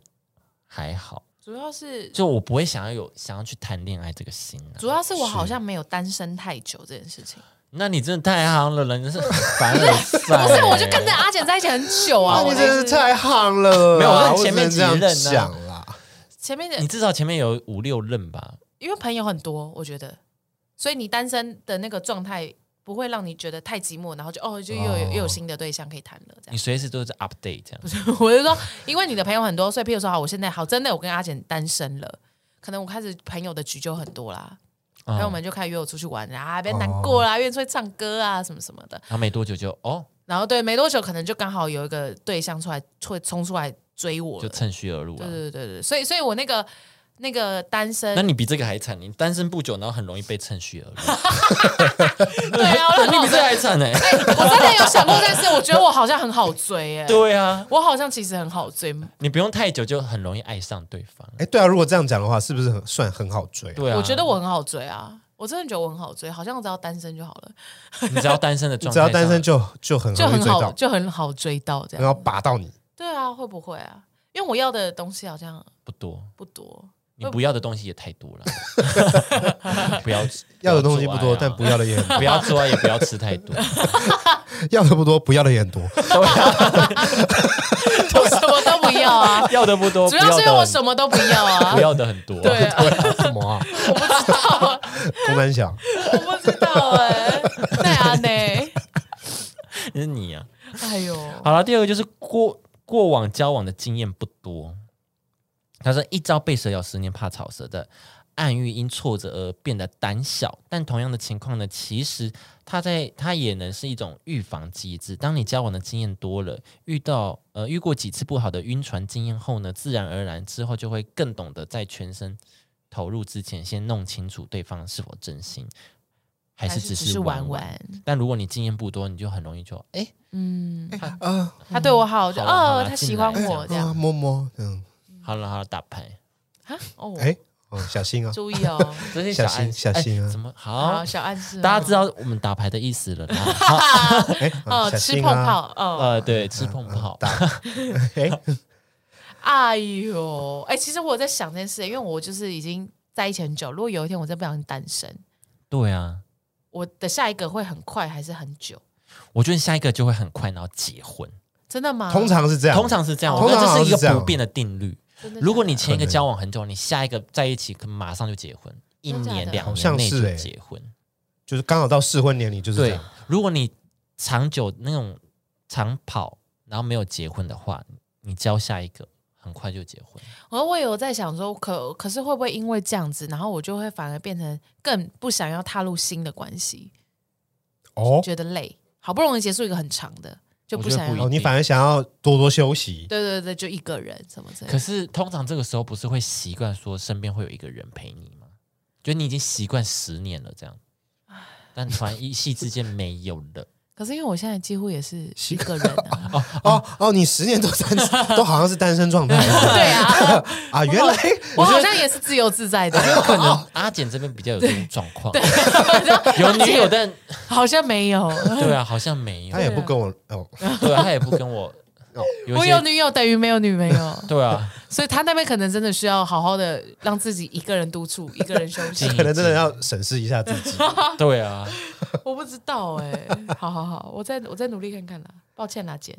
Speaker 1: 还好，
Speaker 2: 主要是
Speaker 1: 就我不会想要有想要去谈恋爱这个心、啊。
Speaker 2: 主要是我好像没有单身太久这件事情。
Speaker 1: 那你真的太夯了，人真是 凡尔赛。
Speaker 2: 不是，我就跟着阿简在一起很久啊。
Speaker 3: 啊，
Speaker 2: 我
Speaker 3: 哎你真
Speaker 2: 的
Speaker 3: 是太夯了啦！
Speaker 1: 没有我
Speaker 3: 我
Speaker 1: 说前面
Speaker 3: 只能这样
Speaker 1: 几任啊
Speaker 3: 想啦。
Speaker 2: 前面
Speaker 1: 你
Speaker 2: 的，
Speaker 1: 至少前面有五六任吧？
Speaker 2: 因为朋友很多，我觉得，所以你单身的那个状态不会让你觉得太寂寞，然后就哦，就又有
Speaker 3: 哦
Speaker 2: 又有新的对象可以谈了这
Speaker 1: 你
Speaker 2: 样。
Speaker 1: 随时都是 update 这样。
Speaker 2: 我是说， 因为你的朋友很多，所以譬如说，好，我现在好，真的我跟阿简单身了，可能我开始朋友的局就很多啦。
Speaker 1: 嗯哦
Speaker 2: 朋友们就开始约我出去玩啊，别难过啦，约你出去唱歌啊，什么什么的。
Speaker 1: 然后没多久就哦，
Speaker 2: 然后对，没多久可能就刚好有一个对象出来，会冲出来追我
Speaker 1: 就
Speaker 2: 了。
Speaker 1: 趁虚而入
Speaker 2: 对
Speaker 1: 啊。
Speaker 2: 对对对对，所以所以我那个那个单身
Speaker 1: 那，你比这个还惨，你单身不久，然后很容易被趁虚而入。
Speaker 2: 对啊，我
Speaker 1: 你比
Speaker 2: 很好
Speaker 1: 这个还惨呢、
Speaker 2: 哎我真的有想过，但是我觉得我好像很好 追哎、
Speaker 1: 对啊，
Speaker 2: 我好像其实很好追，
Speaker 1: 你不用太久就很容易爱上对方。
Speaker 3: 哎，对啊，如果这样讲的话，是不是很算很好追？
Speaker 1: 对啊，
Speaker 2: 我觉得我很好追啊，我真的觉得我很好追，好像只要单身就好了，
Speaker 1: 你只要单身的
Speaker 3: 你
Speaker 1: 状态
Speaker 3: 只
Speaker 1: 上，
Speaker 3: 要单身就就
Speaker 1: 嗯
Speaker 3: 很
Speaker 2: 就
Speaker 3: 容易
Speaker 2: 很
Speaker 3: 追
Speaker 2: 好
Speaker 3: 到，
Speaker 2: 就很好追到这
Speaker 3: 然后
Speaker 2: 样。
Speaker 3: 拔到你。
Speaker 2: 对啊，会不会啊？因为我要的东西好像
Speaker 1: 不多，
Speaker 2: 不多，
Speaker 1: 你不要的东西也太 多了。不要
Speaker 3: 要的东西不
Speaker 1: 做爱
Speaker 3: 多，
Speaker 1: 啊
Speaker 3: 但不要的也很
Speaker 1: 不要做爱，也不要吃太 多。
Speaker 3: 要的不多，不要的也很多。
Speaker 2: 我什么都不要 啊。
Speaker 1: 要的不多，
Speaker 2: 主要是因为我什
Speaker 1: 么
Speaker 2: 么都不要 啊
Speaker 1: 不。要的很多。
Speaker 2: 对啊，
Speaker 3: 什么啊？
Speaker 2: 我不 知道，
Speaker 3: 公三 小，
Speaker 2: 我不知道哎、那阿 内，
Speaker 1: 是你啊。
Speaker 2: 哎呦，
Speaker 1: 好了，第二个就是过过往交往的经验不多。他说：“一朝被蛇咬，十年怕草蛇”的暗喻因挫折而变得胆小，但同样的情况呢，其实它在它也能是一种预防机制。当你交往的经验多了，遇到呃遇过几次不好的晕船经验后呢，自然而然之后就会更懂得在全身投入之前，先弄清楚对方是否真心，还是只是玩玩。
Speaker 2: 玩，
Speaker 1: 但如果你经验不多，你就很容易就哎、诶
Speaker 2: 嗯，
Speaker 3: 啊
Speaker 2: 他对我好，我就
Speaker 1: 好啦好
Speaker 2: 哦
Speaker 1: 啦，
Speaker 2: 他喜欢
Speaker 1: 进来
Speaker 2: 我这
Speaker 3: 啊，
Speaker 2: 样
Speaker 3: 摸摸，嗯，
Speaker 1: 好了好了，打牌。
Speaker 2: 啊，哦，
Speaker 3: 哎，哦，小心啊，
Speaker 2: 注意哦，
Speaker 1: 这些
Speaker 3: 小
Speaker 1: 暗
Speaker 3: 心
Speaker 1: 示
Speaker 3: 小心
Speaker 1: 哎
Speaker 3: 啊
Speaker 1: 怎么好
Speaker 2: 好，？小暗示哦，
Speaker 1: 大家知道我们打牌的意 思了啦。好，
Speaker 3: 哎，啊 小
Speaker 2: 哦，吃
Speaker 3: 心
Speaker 2: 泡
Speaker 3: 啊，
Speaker 2: 泡哦，
Speaker 1: 呃，对，吃碰不好。
Speaker 3: 哎，
Speaker 2: 哎呦，哎、其实我有在想这件事，因为我就是已经在一起很久，如果有一天我真的不小心单身，
Speaker 1: 对啊，
Speaker 2: 我的下一个会很快还是很久？
Speaker 1: 我觉得下一个就会很快，然后结婚，
Speaker 2: 真的吗？
Speaker 3: 通常是这样，
Speaker 1: 通常是这样，我
Speaker 2: 通
Speaker 1: 觉
Speaker 2: 常
Speaker 1: 得这是一
Speaker 3: 好像是
Speaker 1: 个
Speaker 3: 这样
Speaker 1: 不变的定律。
Speaker 2: 真的假的
Speaker 1: 如果你前一个
Speaker 3: 可能
Speaker 1: 交往很久，你下一个在一起，可能马上就结婚，一
Speaker 2: 真的假
Speaker 1: 年
Speaker 2: 的
Speaker 1: 两
Speaker 3: 好
Speaker 1: 年
Speaker 3: 像
Speaker 1: 内
Speaker 3: 是
Speaker 1: 就
Speaker 3: 欸
Speaker 1: 结婚。
Speaker 3: 就是刚好到适婚年龄就是这欸
Speaker 1: 对
Speaker 3: 样，，
Speaker 1: 如果你长久那种长跑，然后没有结婚的话，你交下一个很快就结婚。
Speaker 2: 然后我也有在想说，可可是会不会因为这样子，然后我就会反而变成更不想要踏入新的关系，
Speaker 3: 哦
Speaker 2: 觉得累，好不容易结束一个很长的，就
Speaker 1: 我
Speaker 2: 不
Speaker 1: 觉得
Speaker 2: 想
Speaker 1: 不一
Speaker 2: 要
Speaker 3: 哦，。你反而想要多多休 息，
Speaker 2: 对对对，就一个人什么之类
Speaker 1: 可
Speaker 2: 的。
Speaker 1: 是通常这个时候不是会习惯说身边会有一个人陪你吗？就你已经习惯十年了这样，但突然一夕之间没有 了，
Speaker 2: 可是因为我现在几乎也是一个人 啊，
Speaker 3: 哦哦，你十年都单身，都好像是单 身状态
Speaker 2: 对啊，
Speaker 3: 啊！原来
Speaker 2: 我好像也是自由自在的，
Speaker 1: 可能阿简这边比较有这种状况，有
Speaker 2: 阿
Speaker 1: 女
Speaker 2: 简
Speaker 1: 友，但
Speaker 2: 好像没有。
Speaker 1: 对啊，好像没有
Speaker 2: 哎
Speaker 3: 他，也不跟我哦，
Speaker 1: 对啊，他也不跟我
Speaker 3: 哦
Speaker 1: 有一
Speaker 2: 我有
Speaker 1: 些，
Speaker 2: 女友等于没有女 朋友，
Speaker 1: 对啊，
Speaker 2: 所以他那边可能真的需要好好的让自己一个人独处，一个人休
Speaker 1: 经。
Speaker 2: 息
Speaker 1: 营
Speaker 3: 可能真的要审视一下自己。
Speaker 1: 对啊，
Speaker 2: 我不知道哎、好好好，我再我再努力看看啦。抱歉啦，姐。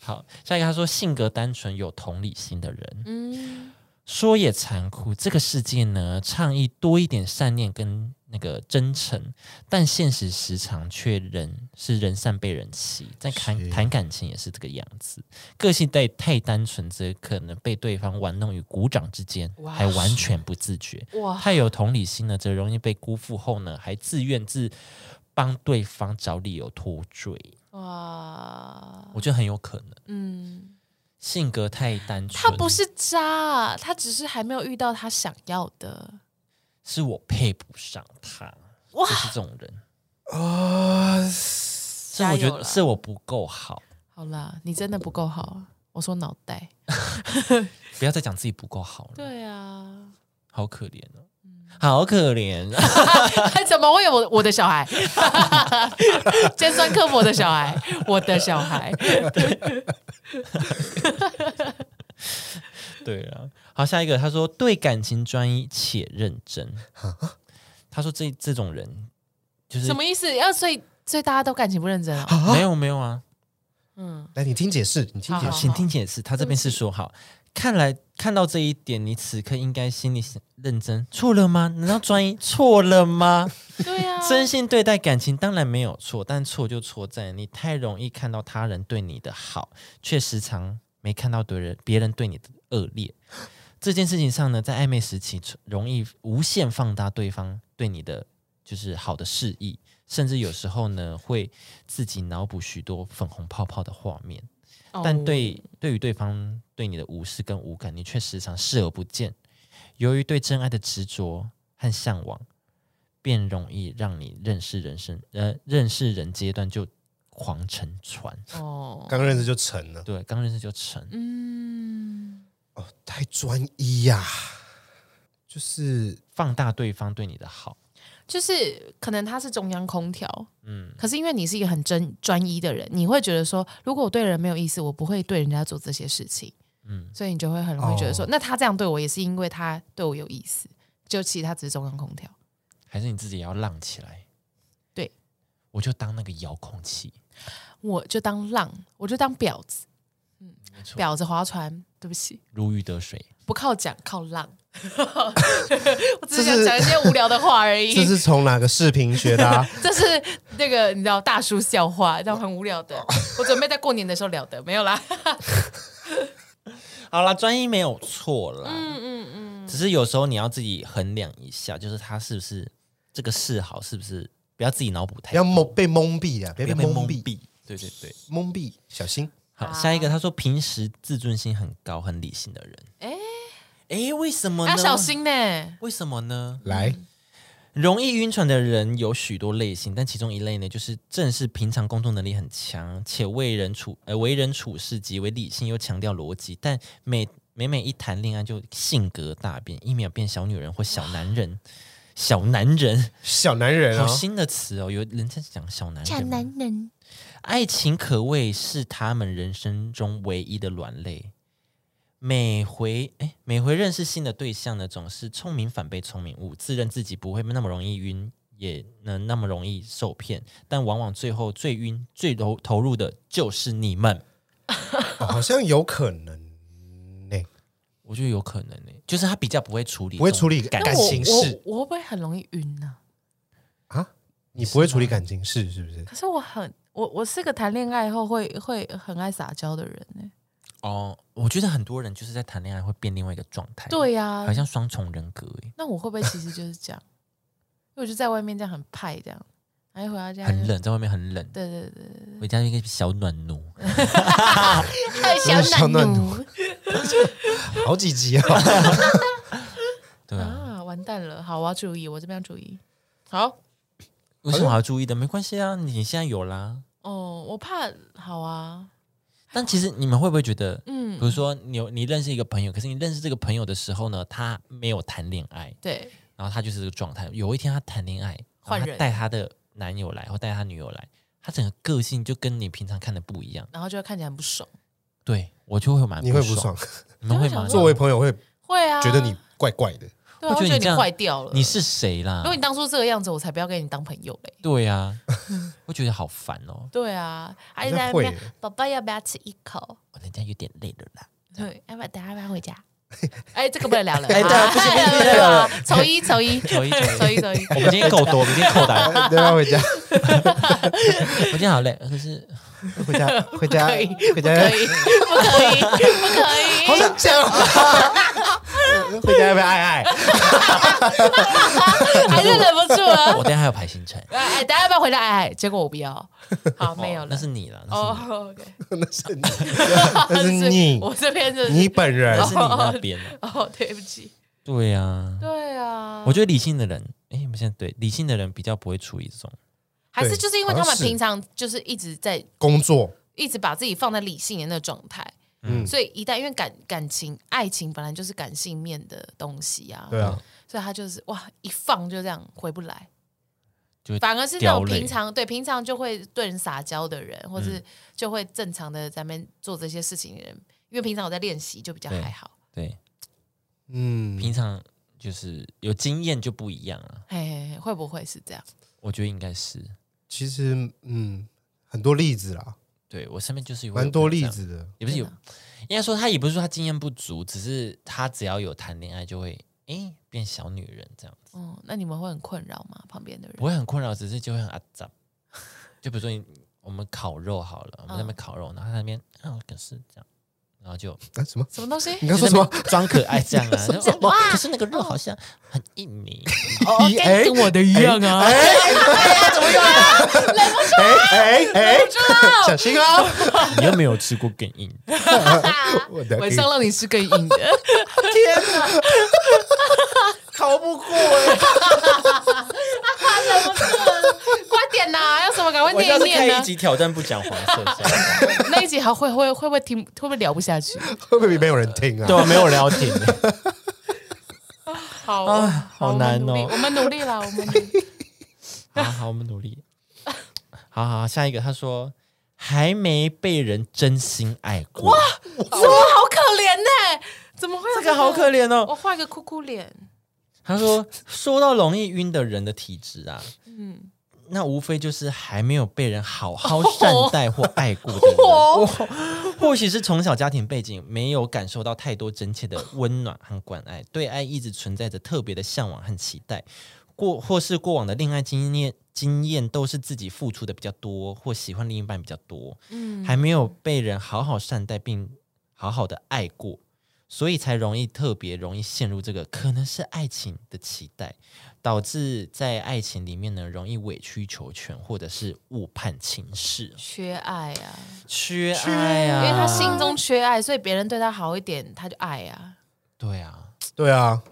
Speaker 1: 好，下一个他说性格单纯有同理心的人，
Speaker 2: 嗯，
Speaker 1: 说也残酷，这个世界呢，倡议多一点善念跟那个真诚，但现实时常却人是人善被人欺，在谈
Speaker 3: 是
Speaker 1: 谈感情也是这个样子。个性太太单纯，则可能被对方玩弄于鼓掌之间，
Speaker 2: 哇
Speaker 1: 还完全不自觉。
Speaker 2: 哇，
Speaker 1: 太有同理心呢，则容易被辜负后呢，还自愿自帮对方找理由脱罪。
Speaker 2: 哇，
Speaker 1: 我觉得很有可能
Speaker 2: 嗯，
Speaker 1: 性格太单纯，
Speaker 2: 他不是渣，他只是还没有遇到他想要的。
Speaker 1: 是我配不上他，
Speaker 2: 哇
Speaker 1: 就是这种人。
Speaker 3: 啊，
Speaker 1: 是
Speaker 2: 加
Speaker 1: 我觉
Speaker 2: 油
Speaker 1: 得
Speaker 2: 啦
Speaker 1: 是我不够好，
Speaker 2: 好啦，你真的不够好啊！我说脑袋。
Speaker 1: 不要再讲自己不够好了，
Speaker 2: 对嗯啊，
Speaker 1: 好可怜哦，好可怜。
Speaker 2: 哎怎么会有我我的小孩？ 尖酸刻薄的小孩，我的小 孩。
Speaker 1: 对啊，好，下一个他说对感情专一且认 真，他说这这种人就是
Speaker 2: 什么意思？要所以所以大家都感情不认真啊、
Speaker 1: 没有没有啊，
Speaker 2: 嗯，
Speaker 3: 来，你听解释，你听解
Speaker 2: 好
Speaker 3: 释。
Speaker 1: 请听解释。他这边是说好，看来看到这一点，你此刻应该心里想认真，错了吗？难道专一错了吗？
Speaker 2: 对啊，
Speaker 1: 真心对待感情当然没有错，但错就错在你太容易看到他人对你的好，却时常没看到别人别人对你的恶劣。这件事情上呢，在暧昧时期容易无限放大对方对你的就是好的示意，甚至有时候呢会自己脑补许多粉红泡泡的画面。
Speaker 2: 哦
Speaker 1: 但对对于对方对你的无视跟无感，你却时常视而不见。由于对真爱的执着和向往，便容易让你认识人生，呃，认识人阶段就狂沉船。
Speaker 2: 哦，
Speaker 3: 刚认识就成了，
Speaker 1: 对，刚认识就沉，
Speaker 2: 嗯，
Speaker 3: 哦，太专一呀、就是
Speaker 1: 放大对方对你的好。
Speaker 2: 就是可能他是中央空调，
Speaker 1: 嗯，
Speaker 2: 可是因为你是一个很真专一的人，你会觉得说，如果我对人没有意思，我不会对人家做这些事情，
Speaker 1: 嗯哦
Speaker 2: 嗯，所以你就会很容易觉得说，那他这样对我也是因为他对我有意思，就其实他只是中央空调，
Speaker 1: 还是你自己也要浪起来。
Speaker 2: 对，
Speaker 1: 我就当那个遥控器。
Speaker 2: 我就当浪，我就当婊子，嗯
Speaker 1: 没错，
Speaker 2: 婊子划船，对不起，
Speaker 1: 如鱼得水。
Speaker 2: 不靠讲，靠浪， 我
Speaker 3: 这
Speaker 2: 只是想
Speaker 3: 是
Speaker 2: 讲一些无聊的话而已，
Speaker 3: 这是从哪个视频学的、啊？
Speaker 2: 这是那个你知道大叔笑话，这样很无聊的。我准备在过年的时候聊的，没有啦。
Speaker 1: 好啦，专一没有错啦。
Speaker 2: 嗯嗯，
Speaker 1: 只是有时候你要自己衡量一下，就是他是不是这个示好，是不是不要自己脑补太
Speaker 3: 不要
Speaker 1: 多，
Speaker 3: 蒙被蒙蔽啊，别
Speaker 1: 不要
Speaker 3: 被
Speaker 1: 被
Speaker 3: 蒙
Speaker 1: 蒙
Speaker 3: 蔽，
Speaker 1: 蔽。对对对，
Speaker 3: 蒙蔽，小心。
Speaker 1: 好，
Speaker 2: 好
Speaker 1: 下一个他说平时自尊心很高、很理性的人，哎
Speaker 2: 诶
Speaker 1: 哎，为什么呢？
Speaker 2: 要小，心呢、
Speaker 1: 为什么呢？
Speaker 3: 来，
Speaker 1: 容易晕船的人有许多类型，但其中一类呢，就是正是平常工作能力很强，且为人处呃为人处事极为理性，又强调逻辑，但每每每一谈恋爱就性格大变，一秒变小女人或小男人，小男人，
Speaker 3: 小男人
Speaker 1: 好
Speaker 3: 啊、
Speaker 1: 新的词哦，有人在讲小男人吗，
Speaker 2: 人，
Speaker 1: 爱情可谓是他们人生中唯一的软肋。每回哎，每回认识新的对象呢，总是聪明反被聪明误，自认自己不会那么容易晕，也能那么容易受骗，但往往最后最晕、最投投入的就是你们。
Speaker 3: 哦好像有可能呢、
Speaker 1: 我觉得有可能呢、就是他比较不会处理，
Speaker 3: 不会处理
Speaker 1: 感
Speaker 2: 那我
Speaker 3: 情事
Speaker 2: 我我会不会很容易晕呢、
Speaker 3: 啊，你不会处理感情事是不是？
Speaker 2: 可是我很我我是个谈恋爱后会会很爱撒娇的人呢、
Speaker 1: 哦。我觉得很多人就是在谈恋爱会变另外一个状态，、
Speaker 2: 对啊呀、
Speaker 1: 好像双重人格、欸，
Speaker 2: 那我会不会其实就是这样？因为我就在外面这样很派这样，然后一回到家就
Speaker 1: 很。冷，在外面很冷，
Speaker 2: 对对对，对
Speaker 1: 回家一个小暖奴。
Speaker 2: 嗯还有
Speaker 3: 小
Speaker 2: 小
Speaker 3: 暖
Speaker 2: 暖
Speaker 3: 奴
Speaker 2: 奴
Speaker 3: 好几集啊，
Speaker 1: 对 啊，
Speaker 2: 啊，完蛋了！好，我要注意，我这边要注意。好，
Speaker 1: 为什么还要注意的？没关系啊，你现在有啦。
Speaker 2: 哦，我怕好啊，
Speaker 1: 但其实你们会不会觉得，比
Speaker 2: 嗯，
Speaker 1: 如说你有你认识一个朋友，可是你认识这个朋友的时候呢，他没有谈恋爱，
Speaker 2: 对，
Speaker 1: 然后他就是这个状态。有一天他谈恋爱，然
Speaker 2: 换
Speaker 1: 后他
Speaker 2: 人
Speaker 1: 带他的男友来或带他女友来，他整个个性就跟你平常看的不一样。
Speaker 2: 然后就会看起来很不爽。
Speaker 1: 对我就会蛮
Speaker 3: 你会不
Speaker 1: 不，
Speaker 3: 爽，
Speaker 1: 你们会吗？
Speaker 2: 就会想说
Speaker 3: 作为朋友会
Speaker 2: 会啊，
Speaker 3: 觉得你怪怪的。
Speaker 2: 对
Speaker 1: 我
Speaker 2: 啊，我
Speaker 1: 觉得
Speaker 2: 觉
Speaker 1: 你
Speaker 2: 得
Speaker 1: 这样
Speaker 2: 坏掉了。
Speaker 1: 你是谁啦
Speaker 3: 啊
Speaker 2: 如？果你当初这个样子，我才不要跟你当朋友嘞。
Speaker 1: 对 啊，我觉得好烦哦，
Speaker 2: 对啊，还
Speaker 3: 像
Speaker 2: 在那
Speaker 3: 会
Speaker 2: 边
Speaker 3: 耶，
Speaker 2: 宝宝要不要吃一口？
Speaker 1: 我等一下有点累了啦。
Speaker 2: 对，要不要等下要不要回家？ 哎，这个不能聊了。
Speaker 3: 哎对啊不行不行不行
Speaker 2: 啊， 丑一 丑一
Speaker 1: 丑一丑
Speaker 2: 丑一丑一。
Speaker 1: 我们今天够多，我们今天扣打，
Speaker 3: 要不要回家？
Speaker 1: 我今天好累，可是
Speaker 3: 回家，回家
Speaker 2: 可以，
Speaker 3: 回
Speaker 2: 不
Speaker 3: 家，
Speaker 2: 可以，不可以，不可
Speaker 3: 好
Speaker 2: 以！
Speaker 3: 想家哦。回家要不要爱爱？
Speaker 2: 还是忍不住
Speaker 1: 哦我
Speaker 2: 了。
Speaker 1: 等一下还有排行程。
Speaker 2: 哎哎，大家要不要回来？哎，结果我 不要。好， 没
Speaker 1: 哦
Speaker 2: 有了。
Speaker 1: 那是你了，那是你，
Speaker 2: 哦，OK，
Speaker 3: 那是你，那 是 你，
Speaker 2: 我这边就是
Speaker 3: 你本人
Speaker 1: 那是你那 边了。
Speaker 2: 哦，对不起。
Speaker 1: 对啊，
Speaker 2: 对啊，
Speaker 1: 我觉得理性的人，哎，我们现在对理性的人比较不会处理这种，
Speaker 2: 还是就是因为他
Speaker 3: 好像
Speaker 2: 们
Speaker 3: 是
Speaker 2: 平常就是一直在
Speaker 3: 工作，
Speaker 2: 一直把自己放在理性的那个状态，
Speaker 3: 嗯，
Speaker 2: 所以一旦因为感感情、爱情本来就是感性面的东西啊，
Speaker 3: 对啊，
Speaker 2: 所以他就是哇一放就这样回不来
Speaker 1: 就会。
Speaker 2: 反而是那
Speaker 1: 掉
Speaker 2: 种
Speaker 1: 泪嗯
Speaker 2: 平常对平常就会对人撒娇的人，或是就会正常的在那边做这些事情的人，因为平常我在练习就比较
Speaker 1: 对
Speaker 2: 还好。
Speaker 1: 对，
Speaker 3: 嗯，
Speaker 1: 平常就是有经验就不一样啊。
Speaker 2: 嘿嘿嘿，会不会是这样？
Speaker 1: 我觉得应该是，
Speaker 3: 其实嗯，很多例子啦，
Speaker 1: 对我身边就是有
Speaker 3: 蛮多例
Speaker 1: 有这样，
Speaker 3: 子的。
Speaker 1: 也不是有
Speaker 2: 真的，
Speaker 1: 应该说他也不是说他经验不足，只是他只要有谈恋爱就会哎变小女人这样子，
Speaker 2: 嗯，那你们会很困扰吗？旁边的人
Speaker 1: 不会很困扰，只是就会很阿杂。就比如说你我们烤肉好了，我们在那
Speaker 2: 嗯
Speaker 1: 边烤肉，然后他在那边啊可是这样，然后就
Speaker 3: 啊，什么？
Speaker 2: 什 么东西？
Speaker 3: 你刚说什么？
Speaker 1: 装可爱这样 啊，就
Speaker 2: 么
Speaker 1: 哇可是那个肉好像很硬呢。
Speaker 2: 哦
Speaker 3: 咦哎
Speaker 2: 我的一样啊！
Speaker 3: 哎，怎么样？哎哎哎，小心啊！
Speaker 1: 哎你又没有吃过更 硬，
Speaker 3: 我的
Speaker 2: 晚上让你吃更硬的，
Speaker 3: 天哪，逃不过哎！
Speaker 2: 快点呐！要什么赶快
Speaker 1: 我
Speaker 2: 念
Speaker 1: 下
Speaker 2: 一
Speaker 1: 次
Speaker 2: 念
Speaker 1: 开
Speaker 2: 呢
Speaker 1: 一？集挑战不讲黄色笑话，
Speaker 2: 那一集还会会会不会听会不会聊不下去？
Speaker 3: 会不会没有人听啊？
Speaker 1: 对啊，没有聊天。
Speaker 2: 好
Speaker 1: 啊
Speaker 2: 我
Speaker 1: 好
Speaker 2: 们
Speaker 1: 难哦
Speaker 2: 努力我们努力啦，我们 努力
Speaker 1: 好好，我们努力。好好，好下一个，他说还没被人真心爱过，哇，
Speaker 2: 哇，好可怜呢！怎么会有
Speaker 1: 这个好可？怜哦。
Speaker 2: 我画一个哭哭脸，
Speaker 1: 他说说到容易晕的人的体质啊，
Speaker 2: 嗯，
Speaker 1: 那无非就是还没有被人好好善待或爱过的人。
Speaker 2: 哦，
Speaker 1: 或许是从小家庭背景没有感受到太多真切的温暖和关爱，对爱一直存在着特别的向往和期待。过或是过往的恋爱经验经验都是自己付出的比较多，或喜欢另一半比较多，
Speaker 2: 嗯
Speaker 1: 还没有被人好好善待并好好的爱过，所以才容易特别容易陷入这个可能是爱情的期待，导致在爱情里面呢容易委曲求全，或者是误判情势，
Speaker 2: 缺爱啊，
Speaker 1: 缺爱啊，
Speaker 2: 因为他心中缺爱，所以别人对他好一点，他就爱啊。
Speaker 1: 对啊，
Speaker 3: 对啊，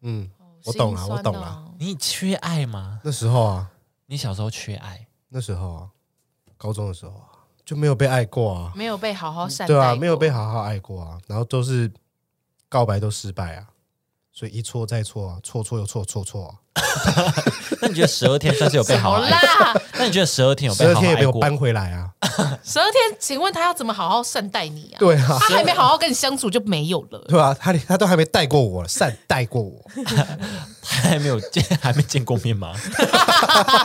Speaker 3: 嗯，我
Speaker 2: 心
Speaker 3: 懂了，
Speaker 2: 酸
Speaker 3: 我懂啊了。
Speaker 2: 哦。
Speaker 1: 你缺爱吗？
Speaker 3: 那时候啊，
Speaker 1: 你小时候缺爱，
Speaker 3: 那时候啊，高中的时候啊，就没有被爱过啊，
Speaker 2: 没有被好好善
Speaker 3: 对
Speaker 2: 待过，
Speaker 3: 啊，没有被好好爱过啊，然后都是告白都失败啊，所以一错再错啊，错错又错，错错啊，
Speaker 1: 那你觉得十二天算是有被
Speaker 2: 怎
Speaker 1: 好
Speaker 2: 么
Speaker 1: 好 爱？
Speaker 2: 啦？
Speaker 1: 那你觉得十二天有
Speaker 3: 十
Speaker 1: 被
Speaker 3: 二
Speaker 1: 好好
Speaker 3: 天也没
Speaker 1: 爱
Speaker 3: 有
Speaker 1: 过？
Speaker 3: 搬回来啊。
Speaker 2: 十二天，请问他要怎么好好善待你啊？
Speaker 3: 对啊，
Speaker 2: 他还没好好跟你相处就没有了。
Speaker 3: 对啊，他连他都还没带过我，善待过我。
Speaker 1: 他还没有见，还没见过面 吗？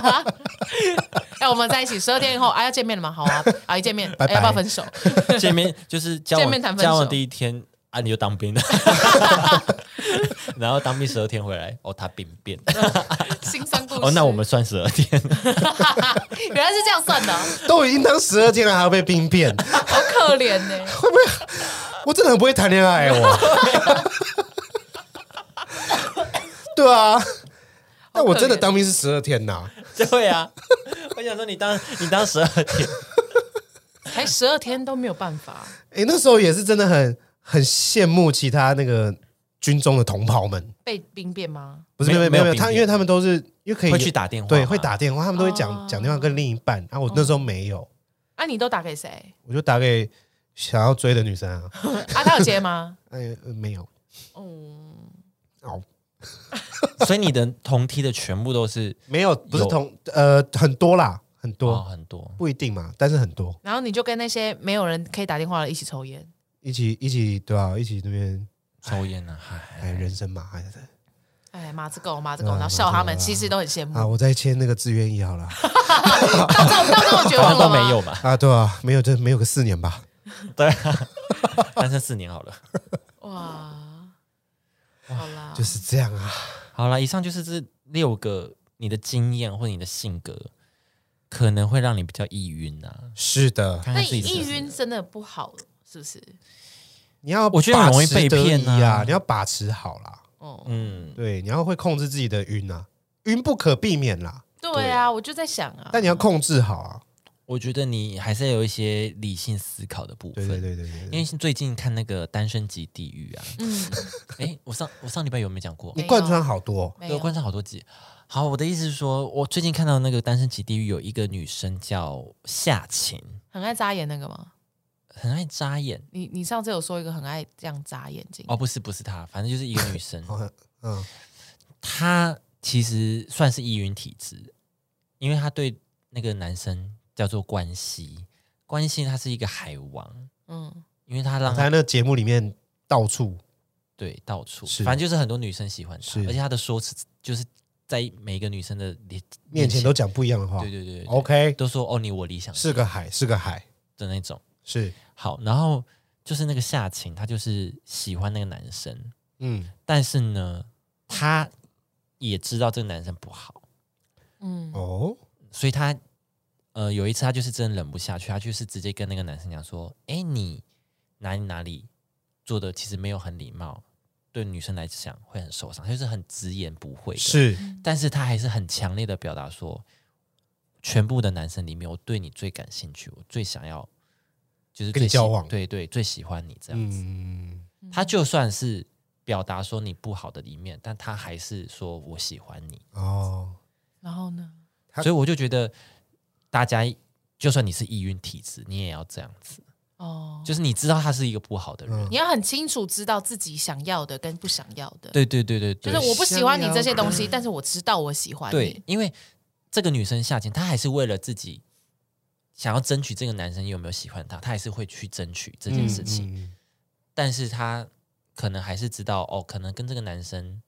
Speaker 2: 哎，我们在一起十二天以后啊，要见面了吗？好啊，啊，一见面，
Speaker 3: 拜拜
Speaker 2: 哎要不要分手？
Speaker 1: 见面就是交
Speaker 2: 见面谈
Speaker 1: 往
Speaker 2: 分手
Speaker 1: 交往第一天啊，你就当 兵了，然后当兵十二天回来，哦，他病 变，
Speaker 2: 心酸故事。
Speaker 1: 哦，那我们算十二 天，
Speaker 2: 原来是这样算的，好
Speaker 3: 都已经当十二天了，还要被兵变，
Speaker 2: 可怜呢。
Speaker 3: 我真的很不会谈恋爱哦我。 对啊，但我真的当兵是十二天呐、
Speaker 1: 对啊，我想说你当你当十二天，
Speaker 2: 才十二天都没有办法，
Speaker 3: 诶，那时候也是真的很很羡慕其他那个军中的同袍们，
Speaker 2: 被兵变吗？
Speaker 3: 不是
Speaker 1: 没有
Speaker 3: 没有
Speaker 1: 没有兵
Speaker 3: 他
Speaker 1: 变
Speaker 3: 因为他们都是因为可以
Speaker 1: 会去打电话，哦
Speaker 3: 对会，打电话，他们都会讲、
Speaker 2: 哦
Speaker 3: 讲电话跟另一半，然、后我那时候没有，
Speaker 2: 啊，你都打给谁？
Speaker 3: 我就打给想要追的女生啊，
Speaker 2: 啊，他有接吗？
Speaker 3: 哎、呃没有，
Speaker 2: 嗯，
Speaker 3: 哦
Speaker 1: 所以你的同梯的全部都是
Speaker 3: 没有，不是
Speaker 1: 有
Speaker 3: 同呃很多啦，很多、
Speaker 1: 哦很多，
Speaker 3: 不一定嘛，但是很多。
Speaker 2: 然后你就跟那些没有人可以打电话的一起抽烟，
Speaker 3: 一起一起对啊，一起那边
Speaker 1: 抽烟啊呢、
Speaker 3: 哎，
Speaker 1: 嗨，
Speaker 3: 人生嘛，哎
Speaker 2: 哎，马子狗，马子狗，
Speaker 3: 嗯
Speaker 2: 然后笑他
Speaker 3: 马
Speaker 2: 们，
Speaker 3: 子狗啊
Speaker 2: 其实都很羡慕。
Speaker 3: 啊，我再签那个志愿役好了
Speaker 2: 到这到这么绝
Speaker 1: 好像
Speaker 2: 望了
Speaker 1: 都
Speaker 2: 吗？
Speaker 1: 没有嘛，
Speaker 3: 啊，对啊，没有这没有个四年吧，
Speaker 1: 对、啊，单身四年好了，
Speaker 2: 哇，好啦，
Speaker 3: 就是这样啊。
Speaker 1: 好了，以上就是这六个你的经验或者你的性格。可能会让你比较易晕啊，
Speaker 3: 是的，
Speaker 1: 看
Speaker 2: 那
Speaker 1: 看自己是
Speaker 2: 易
Speaker 1: 不是
Speaker 2: 晕真的不好，是不是？
Speaker 3: 你要
Speaker 1: 我觉得很容易被骗啊
Speaker 3: 把持得宜啊，你要把持好啦，
Speaker 2: 哦、
Speaker 1: 嗯，
Speaker 3: 对，你要会控制自己的晕啊，晕不可避免啦，
Speaker 2: 对啊，我就在想啊，
Speaker 3: 但你要控制好啊。
Speaker 1: 我觉得你还是要有一些理性思考的部
Speaker 3: 对
Speaker 1: 分。
Speaker 3: 对对对对
Speaker 1: 因
Speaker 3: 对，
Speaker 1: 为最近看那个《单身级地狱》 啊，
Speaker 2: 嗯，
Speaker 1: 诶，我上我上礼拜有没有讲过
Speaker 3: 你？
Speaker 2: 有
Speaker 3: 贯穿好多哦，，
Speaker 2: 没
Speaker 1: 对，
Speaker 2: 有
Speaker 1: 观察好多集。好，我的意思是说，我最近看到那个《单身级地狱》有一个女生叫夏晴，
Speaker 2: 很爱眨眼那个吗？
Speaker 1: 很爱眨眼。
Speaker 2: 你你上次有说一个很爱这样眨眼睛，
Speaker 1: 哦，不是不是她，反正就是一个女生
Speaker 3: 好嗯，
Speaker 1: 她其实算是易晕体质，因为她对那个男生叫做关西，关西他是一个海王，
Speaker 2: 嗯，
Speaker 1: 因为他让
Speaker 3: 哦他在那节目里面到处
Speaker 1: 对，到处，
Speaker 3: 是
Speaker 1: 反正就是很多女生喜欢他，
Speaker 3: 是
Speaker 1: 而且他的说辞就是在每一个女生的脸
Speaker 3: 面前都讲不一样的话
Speaker 1: 对，对对对对
Speaker 3: OK
Speaker 1: 都说哦你我理想
Speaker 3: 是个海，是个海，
Speaker 1: 的那种。
Speaker 3: 是
Speaker 1: 好，然后就是那个夏晴，她就是喜欢那个男生，
Speaker 3: 嗯
Speaker 1: 但是呢，她也知道这个男生不好，
Speaker 2: 嗯，
Speaker 3: 哦，
Speaker 1: 所以她呃有一次她就是真的忍不下去，她就是直接跟那个男生讲说，哎你哪里哪里做的其实没有很礼貌。对女生来讲会很受伤，她就是很直言不讳的。
Speaker 3: 是
Speaker 2: 嗯
Speaker 1: 但是他还是很强烈的表达说，全部的男生里面，我对你最感兴趣，我最想要就是
Speaker 3: 跟你
Speaker 1: 最喜
Speaker 3: 交往
Speaker 1: 对对，最喜欢你这样子。
Speaker 3: 嗯。
Speaker 1: 他就算是表达说你不好的一面，但他还是说我喜欢你，
Speaker 3: 哦，
Speaker 2: 然后呢？
Speaker 3: 他
Speaker 1: 所以我就觉得大家。就算你是易晕体质，你也要这样子，
Speaker 2: 哦，
Speaker 1: 就是你知道他是一个不好的人，
Speaker 3: 嗯
Speaker 2: 你要很清楚知道自己想要的跟不想要的，
Speaker 1: 对对对对对，
Speaker 2: 就是我不喜欢你这些东西，但是我知道我喜欢
Speaker 1: 对
Speaker 2: 你，，
Speaker 1: 因为这个女生夏晴，她还是为了自己想要争取这个男生有没有喜欢她，她还是会去争取这件事情。
Speaker 3: 嗯
Speaker 1: 但是她可能还是知道，哦，可能跟这个男生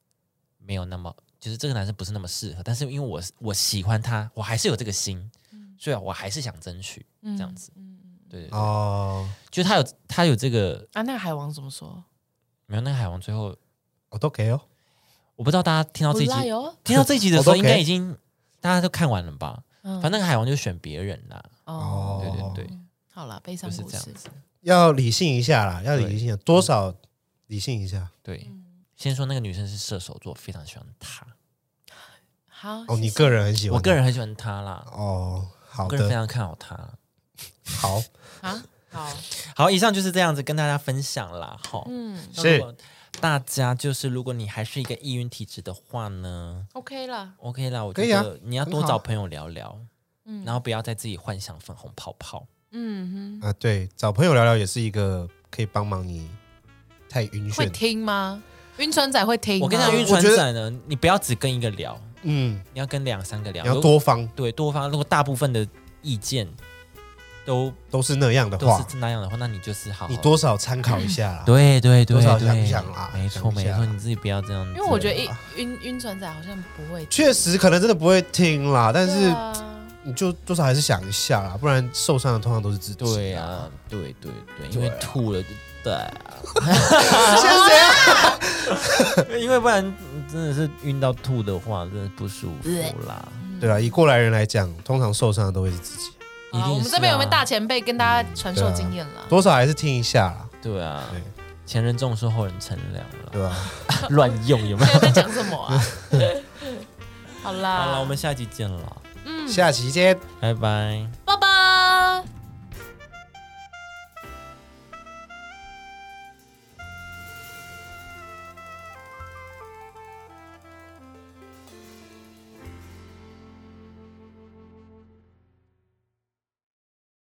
Speaker 1: 没有那么，就是这个男生不是那么适合。但是因为我我喜欢他，我还是有这个心，所以我还是想争取这
Speaker 2: 嗯
Speaker 1: 样子。
Speaker 2: 嗯
Speaker 1: 对对
Speaker 3: 嗯哦，
Speaker 1: 就她有她有这个，
Speaker 2: 啊，那个海王怎么说？
Speaker 1: 没有那个海王最后，
Speaker 3: 我都给哦，
Speaker 1: 我不知道大家听到这一
Speaker 2: 不赖
Speaker 1: 集，
Speaker 2: 哦，
Speaker 1: 听到这一集的时候，
Speaker 3: 我都
Speaker 1: 应
Speaker 3: OK
Speaker 1: 该已经大家都看完了吧？
Speaker 2: 嗯
Speaker 1: 反正那个海王就选别人啦。
Speaker 2: 哦，
Speaker 1: 对对对。
Speaker 2: 好了，悲伤
Speaker 1: 就是
Speaker 2: 故
Speaker 1: 这样
Speaker 2: 事，
Speaker 1: 子。
Speaker 3: 要理性一下啦，要
Speaker 1: 对
Speaker 3: 理性一下，多少理性一下。
Speaker 1: 对，
Speaker 2: 嗯
Speaker 1: 先说那个女生是射手座，非常喜欢他，
Speaker 2: 好，
Speaker 3: 哦，
Speaker 2: 谢
Speaker 3: 你
Speaker 2: 谢
Speaker 3: 个人很喜
Speaker 1: 嗯
Speaker 3: 欢，
Speaker 1: 我个人很喜欢他啦，
Speaker 3: 哦，好
Speaker 1: 我个人非
Speaker 3: 的，
Speaker 1: 常看好他。
Speaker 3: 好，
Speaker 2: 啊，好，
Speaker 1: 好，以上就是这样子跟大家分享啦，哈，
Speaker 2: 嗯
Speaker 1: 那
Speaker 3: 是
Speaker 1: 如果大家就是如果你还是一个易晕体质的话呢
Speaker 2: ，OK 了，
Speaker 1: ，OK 啦，我
Speaker 3: 可
Speaker 1: 觉
Speaker 3: 以啊
Speaker 1: 得你要
Speaker 3: 很
Speaker 1: 多
Speaker 3: 好
Speaker 1: 找朋友聊聊，
Speaker 2: 嗯
Speaker 1: 然后呃不要再自己幻想粉红泡泡。
Speaker 2: 嗯
Speaker 3: 啊，对，找朋友聊聊也是一个可以帮忙你太晕
Speaker 2: 哼，会
Speaker 3: 眩。
Speaker 2: 听吗？晕船仔会听吗？
Speaker 1: 我跟你讲，晕
Speaker 3: 我
Speaker 1: 船
Speaker 3: 觉得
Speaker 1: 仔呢，你不要只跟一个聊，
Speaker 3: 嗯，
Speaker 1: 你要跟两三个聊，
Speaker 3: 你要
Speaker 1: 如
Speaker 3: 多方
Speaker 1: 对多方，如果大部分的意见都
Speaker 3: 都是那样的
Speaker 1: 都
Speaker 3: 话，
Speaker 1: 是那样的话，那你就是好好
Speaker 3: 你多少参考一下啦。
Speaker 1: 对对对
Speaker 3: 多少
Speaker 1: 对，
Speaker 3: 想想啦
Speaker 1: 没错
Speaker 3: 想
Speaker 1: 没
Speaker 3: 一下
Speaker 1: 错，你自己不要这样子，
Speaker 2: 因为我觉得一
Speaker 1: 啊
Speaker 2: 晕晕船仔好像不会，
Speaker 3: 确实可能真的不会听啦，但
Speaker 2: 对
Speaker 3: 是
Speaker 2: 啊
Speaker 3: 你就多少还是想一下啦，不然受伤的通常都是自己。
Speaker 1: 嗯对啊，对对对，因为
Speaker 3: 对啊
Speaker 1: 吐了就对啊，
Speaker 3: 现在谁啊
Speaker 1: 因为不然真的是晕到吐的话，真的不舒服啦。
Speaker 3: 对啊，以过来人来讲，通常受伤的都会是自己，
Speaker 1: 一定
Speaker 2: 啊，我们
Speaker 1: 是
Speaker 2: 这边有没有
Speaker 1: 啊
Speaker 2: 大前辈跟大家传授经验啦？
Speaker 3: 多少还是听一下啦，
Speaker 1: 对啊
Speaker 3: 对，
Speaker 1: 前人种树，后人乘凉了，
Speaker 3: 对吧？
Speaker 1: 乱用有没有？
Speaker 2: 现在在讲什么啊？ 好啦，啊
Speaker 1: 好了，我们下集见了，
Speaker 2: 嗯，
Speaker 3: 下期见。
Speaker 1: 拜拜。